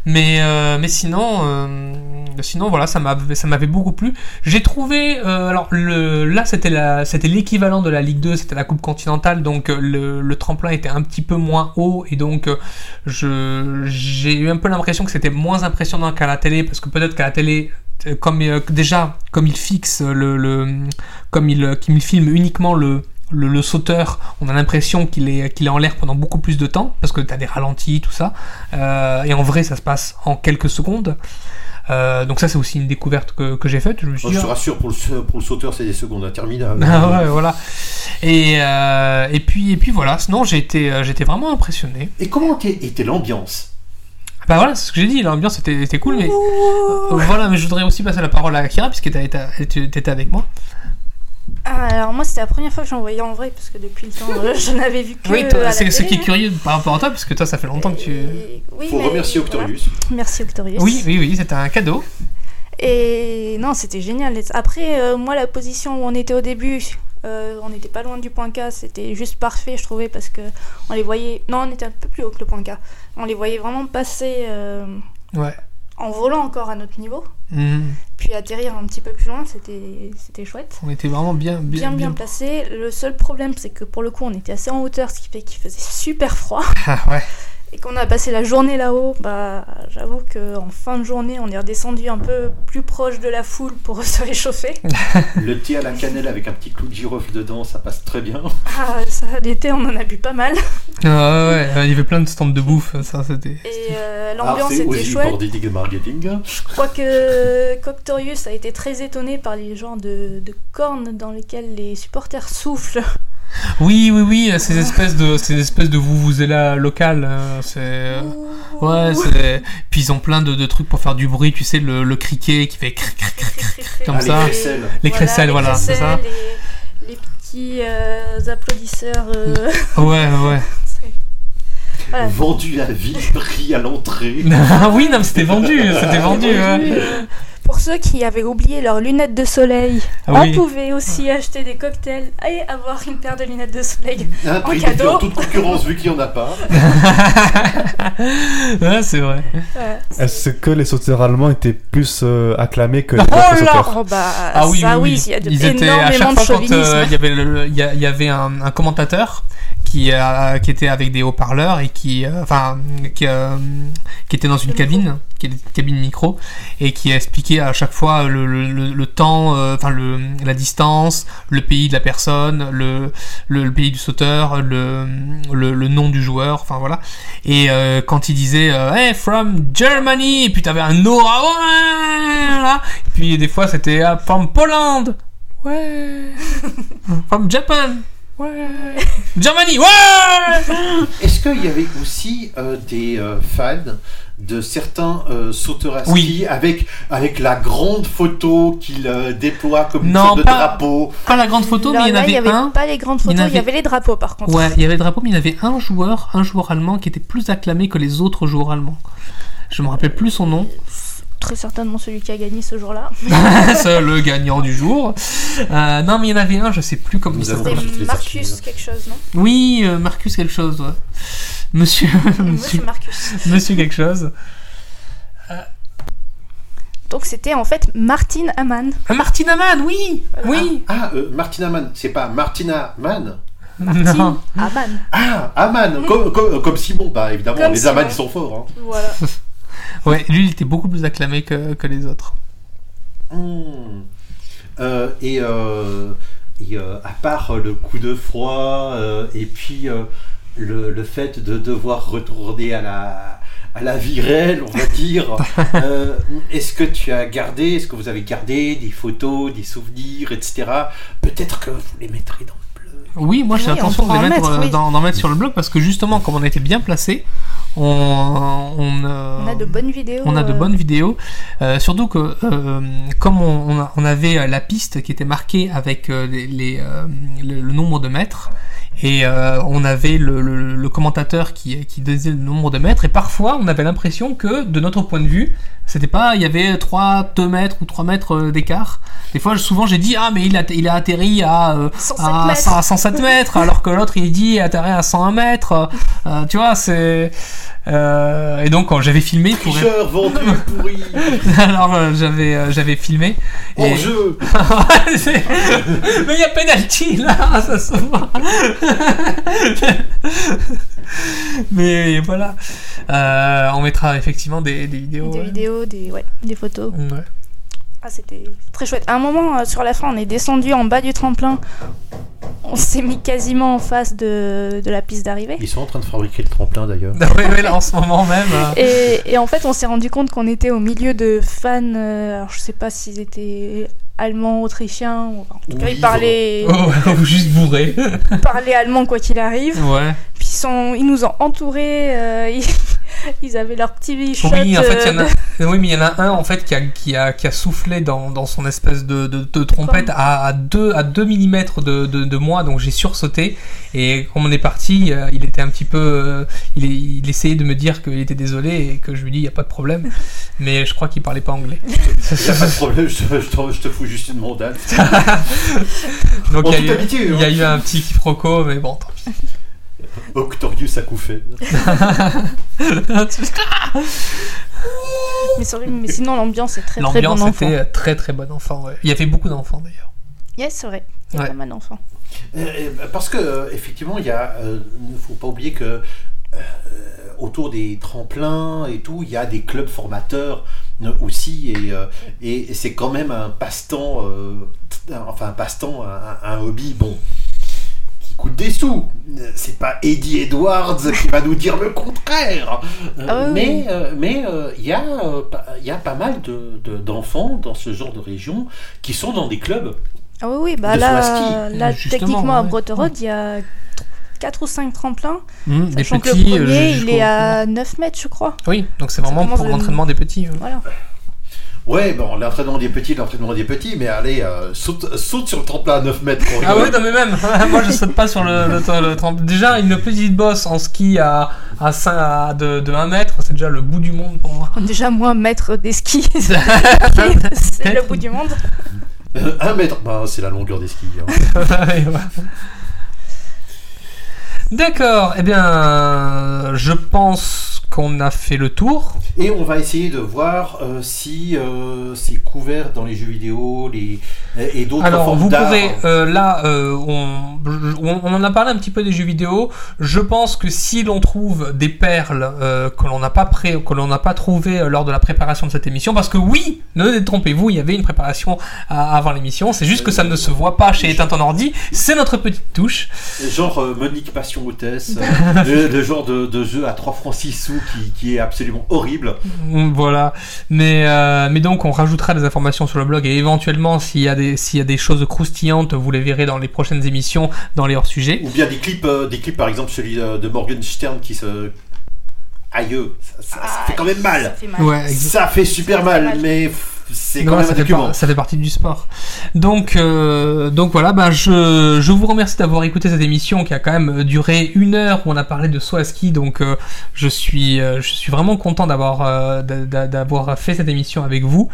Mais, euh, mais sinon, euh, sinon voilà, ça m'avait, ça m'avait beaucoup plu. J'ai trouvé, euh, alors le, là c'était, la, c'était l'équivalent de la Ligue 2, c'était la Coupe continentale, donc euh, le, le tremplin était un petit peu moins haut et donc euh, je, j'ai eu un peu l'impression que c'était moins impressionnant qu'à la télé parce que peut-être qu'à la télé, euh, comme euh, déjà comme il fixe le, le comme il, comme il filme uniquement le le, le sauteur, on a l'impression qu'il est, qu'il est en l'air pendant beaucoup plus de temps, parce que tu as des ralentis, tout ça. Euh, et en vrai, ça se passe en quelques secondes. Euh, donc ça, c'est aussi une découverte que, que j'ai faite. Je me suis
Oh,
dit,
je te rassure, pour le, sa- pour le sauteur, c'est des secondes interminables.
ah ouais, voilà. Et, euh, et, puis, et puis voilà, sinon j'ai été, euh, j'étais vraiment impressionné.
Et comment était, était l'ambiance
Bah voilà, c'est ce que j'ai dit, l'ambiance était, était cool, mais Euh, voilà, mais je voudrais aussi passer la parole à Akira, puisque t'as- t'as- tu étais avec moi.
Ah, alors moi c'était la première fois que j'en voyais en vrai parce que depuis le temps euh, je n'avais vu que
oui, toi,
à la
c'est ce
télé.
qui est curieux par rapport à toi, parce que toi, ça fait longtemps que tu...
Et- oui,
Faut
mais-
remercier Octorius.
voilà. Merci Octorius.
Oui, oui, oui, c'était un cadeau.
Et non, c'était génial. Après, euh, moi, la position où on était au début, euh, on n'était pas loin du point K, c'était juste parfait, je trouvais, parce que on les voyait. Non, on était un peu plus haut que le point K. On les voyait vraiment passer euh,
Ouais.
en volant encore à notre niveau.
Mhm.
Puis atterrir un petit peu plus loin, c'était c'était chouette.
On était vraiment bien, bien,
Bien, bien placé. Le seul problème, c'est que pour le coup, on était assez en hauteur, ce qui fait qu'il faisait super froid.
Ah, ouais.
Et qu'on a passé la journée là-haut. Bah, j'avoue qu'en fin de journée, on est redescendu un peu plus proche de la foule pour se réchauffer.
Le thé à la cannelle avec un petit clou de girofle dedans, ça passe très bien.
Ah, ça, l'été, on en a bu pas mal.
Ah ouais, ouais, il y avait plein de stands de bouffe, ça c'était.
Et euh,
Ah,
l'ambiance
c'est
était
aussi
chouette.
pour Didi Marketing.
Quoique Coctorius a été très étonné par les genres de, de cornes dans lesquelles les supporters soufflent.
Oui, oui, oui, euh, ces espèces de, ces espèces de vous vous êtes là local, euh, c'est. Ouais, c'est. Puis ils ont plein de, de trucs pour faire du bruit, tu sais, le, le criquet qui fait. cric, cric, cric. Comme
Ah,
ça.
Les crécelles.
Les crécelles, voilà,
les
c'est ça.
crécelles, Les, les petits euh, applaudisseurs. euh,
Mm. Ouais, ouais.
c'est- voilà.
Vendu à vide, prix à l'entrée.
Ah oui, non, mais c'était vendu, c'était vendu. ouais.
Euh, Pour ceux qui avaient oublié leurs lunettes de soleil,
Ah
on
oui.
pouvait aussi acheter des cocktails et avoir une paire de lunettes de soleil.
Un prix
cadeau.
en toute concurrence vu qu'il n'y en a pas.
Ouais, c'est vrai.
Ouais.
Est-ce que les sauteurs allemands étaient plus euh, acclamés que les
Oh
autres
là
sauteurs
Oh bah,
Ah oui,
ça
oui, oui.
il y a de-
ils étaient à
énormément
chaque
de
fois quand
chauvinisme.
euh, il y avait le- le- il y, a- il y avait un, un commentateur qui euh, qui était avec des haut-parleurs et qui euh, enfin qui, euh, qui était dans une
Le
cabine qui était une cabine micro et qui expliquait à chaque fois le, le- le- le temps euh, enfin le la distance le pays de la personne le le, le pays du sauteur le, le le nom du joueur enfin voilà et euh, quand il disait euh, Hey, from Germany, et puis t'avais un aura, ouais, là. Et puis des fois c'était ah, from Poland, ouais, from Japan, ouais, Germany, ouais.
Est-ce qu'il y avait aussi euh, des euh, fans de certains euh, sauteurs à ski
Oui.
avec, avec la grande photo qu'ils euh, déploient comme une
Non,
sorte de
pas-
drapeau
Pas la grande photo,
Là,
mais il y en
là,
avait, un.
pas les grandes
il y en
photos, il y avait,
avait-
les drapeaux par contre.
Ouais, il y avait le drapeau, mais il y en avait un joueur, un joueur allemand qui était plus acclamé que les autres joueurs allemands. Je me rappelle plus son nom.
Très certainement celui qui a gagné ce jour-là.
C'est le gagnant du jour. Euh, non, mais il y en avait un, je sais plus comment
Nous
il
avons
s'appelle.
Bon, je te
C'était
les
Marcus
archives.
quelque chose, non
Oui, euh, Marcus quelque chose, ouais. Monsieur,
Moi
monsieur
c'est Marcus.
Monsieur quelque chose.
Donc c'était en fait Martine Amann.
Ah, Martina Mann, oui Oui
Ah, euh, Martina Mann, c'est pas Martina Mann
Non.
Amann.
Ah, Aman, comme, comme, comme Simon, bah évidemment,
Comme
les Aman ils
Simon.
sont forts.
Voilà.
Ouais, lui, il était beaucoup plus acclamé que, que les autres.
hein. Hmm. Euh, et euh, et, euh, à part euh, le coup de froid euh, et puis euh, le, le fait de devoir retourner à la, à la vie réelle, on va dire, euh, est-ce que tu as gardé, est-ce que vous avez gardé des photos, des souvenirs, etc. Peut-être que vous les mettrez dans le bleu.
Oui, moi, j'ai
Oui,
l'intention
on
de
peut
les
en
mettre,
mettre,
euh,
oui.
d'en, d'en mettre sur le blog parce que justement, comme on était bien placé, on, on, euh,
On a de bonnes vidéos.
on a de
euh,
bonnes vidéos. Euh, surtout que, euh, comme on, on a- on avait euh, la piste qui était marquée avec euh, les, les, euh, le, le nombre de mètres, et euh, on avait le, le- le commentateur qui, qui disait le nombre de mètres, et parfois on avait l'impression que, de notre point de vue, c'était pas, il y avait 3, 2 mètres ou 3 mètres euh, d'écart. Des fois, je- souvent, j'ai dit, ah, mais il a, il a atterri à, euh,
107
à
mètres.
100 à 107 mètres, alors que l'autre, il dit, atterri à 101 mètres. Euh, tu vois, c'est. euh, et donc, quand j'avais filmé pour
Tricheur, vendu, pourri,
alors euh, j'avais euh, j'avais filmé.
en
Oh,
Et...
jeu
C'est- Mais il y a penalty là, ça se voit. Mais voilà, Euh, on mettra effectivement des, des vidéos.
Des
ouais.
vidéos, des, ouais, des photos.
Ouais.
Ah, c'était très chouette. À un moment, euh, sur la fin, on est descendu en bas du tremplin. On s'est mis quasiment en face de, de la piste d'arrivée.
Ils sont en train de fabriquer le tremplin d'ailleurs.
Ouais, ouais, là, en ce moment même. euh,
Et, et en fait, on s'est rendu compte qu'on était au milieu de fans. euh, alors, je sais pas s'ils étaient allemands, autrichiens. ou- en tout cas,
Ou
ils parlaient,
Oh, ou juste bourré.
parlaient allemand quoi qu'il arrive.
Ouais.
Puis ils, sont- ils nous ont entourés. euh, ils, ils avaient leur petit shot.
Oui, en fait, il y en a.
euh,
Oui, mais il y en a un en fait qui a qui a, qui a soufflé dans, dans son espèce de, de, de trompette à, à 2 à 2 mm de, de, de moi, donc j'ai sursauté. Et quand on est parti, euh, il était un petit peu, euh, il, est- il essayait de me dire qu'il était désolé et que je lui dis il y a pas de problème, mais je crois qu'il parlait pas anglais.
Y a pas de problème, je te, je te- je te fous juste une mandale.
donc
en
il
toute
y, a eu,
amitié,
il y a
hein.
eu un petit quiproquo, mais bon. tant pis.
Octorius acouphène.
Mais, c'est vrai, mais sinon, l'ambiance est très très
L'ambiance
bon enfant.
était euh, très très bonne enfant. ouais. Il y avait beaucoup d'enfants d'ailleurs.
Yes, c'est vrai. Il y a
Ouais.
pas mal d'enfants.
Euh, euh, Parce que euh, effectivement, il y a, euh, ne faut pas oublier que euh, autour des tremplins et tout, il y a des clubs formateurs euh, aussi, et, euh, et c'est quand même un passe-temps, euh, un- enfin un passe-temps, un, un hobby, bon. qui coûte des sous. Euh, C'est pas Eddie Edwards qui va nous dire le contraire. Euh,
Ah oui,
mais
oui.
euh, mais euh, il y a euh, pas- il y a pas mal de- de- d'enfants dans ce genre de région qui sont dans des clubs
Ah oui, oui, bah
De
là,
Swarovski.
là
euh, Justement,
techniquement à
ouais.
Brotterode, il y a 4 ou 5 tremplins.
des
Sachant que
petits.
le
euh,
premier,
jusqu'au-
il est à 9 mètres, je crois.
Oui, donc c'est
Ça
vraiment
commence
pour
de-
l'entraînement des petits. hein. ouais.
Voilà.
Ouais, bon, l'entraînement des petits, l'entraînement des petits, mais allez, euh, saute, saute sur le tremplin à 9 mètres. pour
Ah
rigoler.
ouais, non mais même, moi je saute pas sur le, le, le tremplin. Déjà, une petite bosse en ski à, à, cin- à de, de 1 mètre, c'est déjà le bout du monde pour moi.
Déjà, moi, maître des skis, c'est le bout du monde.
Euh, Un mètre, bah, c'est la longueur des skis. hein.
Ouais, ouais. D'accord, eh bien, je pense qu'on a fait le tour.
Et on va essayer de voir euh, si euh, c'est couvert dans les jeux vidéo les, et, et d'autres
Alors,
formes
vous
d'art.
pourrez, euh, là, euh, on, on, on en a parlé un petit peu des jeux vidéo. Je pense que si l'on trouve des perles euh, que l'on n'a pas, pré- que l'on n'a pas trouvées euh, lors de la préparation de cette émission, parce que oui, ne détrompez-vous, il y avait une préparation à- avant l'émission, c'est juste que ça ne se voit pas chez Éteint en ordi, c'est notre petite touche.
Genre euh, Monique Passion Hôtesse, euh, le, le genre de, de jeu à 3 francs 6 sous qui, qui est absolument horrible.
Mm, Voilà. Mais, euh, mais donc, on rajoutera des informations sur le blog et éventuellement, s'il y, a des- s'il y a des choses croustillantes, vous les verrez dans les prochaines émissions, dans les hors-sujets.
Ou bien des clips, euh, des clips par exemple celui euh, de Morgenstern qui se. Aïe, ça, ça-
Ah,
ça fait quand même
Ça
mal.
fait mal.
Ouais,
Ça fait super
Ça fait
mal,
mal.
mais pff, c'est
Non,
quand même
ça,
un
fait
document.
par- ça fait partie du sport. Donc, euh, donc voilà, ben je, je vous remercie d'avoir écouté cette émission qui a quand même euh, duré une heure où on a parlé de saut à ski. Donc, euh, je, suis, euh, je suis vraiment content d'avoir euh, d'a- d'a- d'avoir fait cette émission avec vous.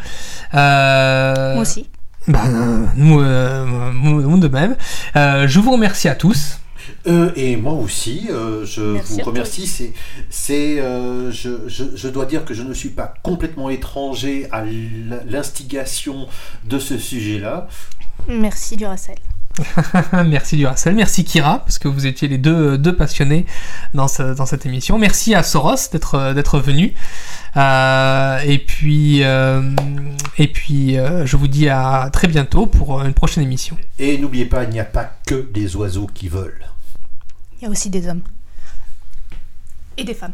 Euh,
Moi aussi.
ben, nous, euh, nous- nous de même. Euh, je vous remercie à tous.
Euh, et moi aussi, euh, je
Merci à
vous
toi.
remercie. C'est, c'est, euh, je, je- je dois dire que je ne suis pas complètement étranger à l- l'instigation de ce sujet-là.
Merci, Duracell.
merci Duracell, merci Kira, parce que vous étiez les deux, deux passionnés dans, ce- dans cette émission. Merci à Soros d'être d'être venu. Euh, et puis, euh, et puis euh, je vous dis à très bientôt pour une prochaine émission.
Et n'oubliez pas, il n'y a pas que des oiseaux qui volent.
Il y a aussi des hommes. Et des femmes.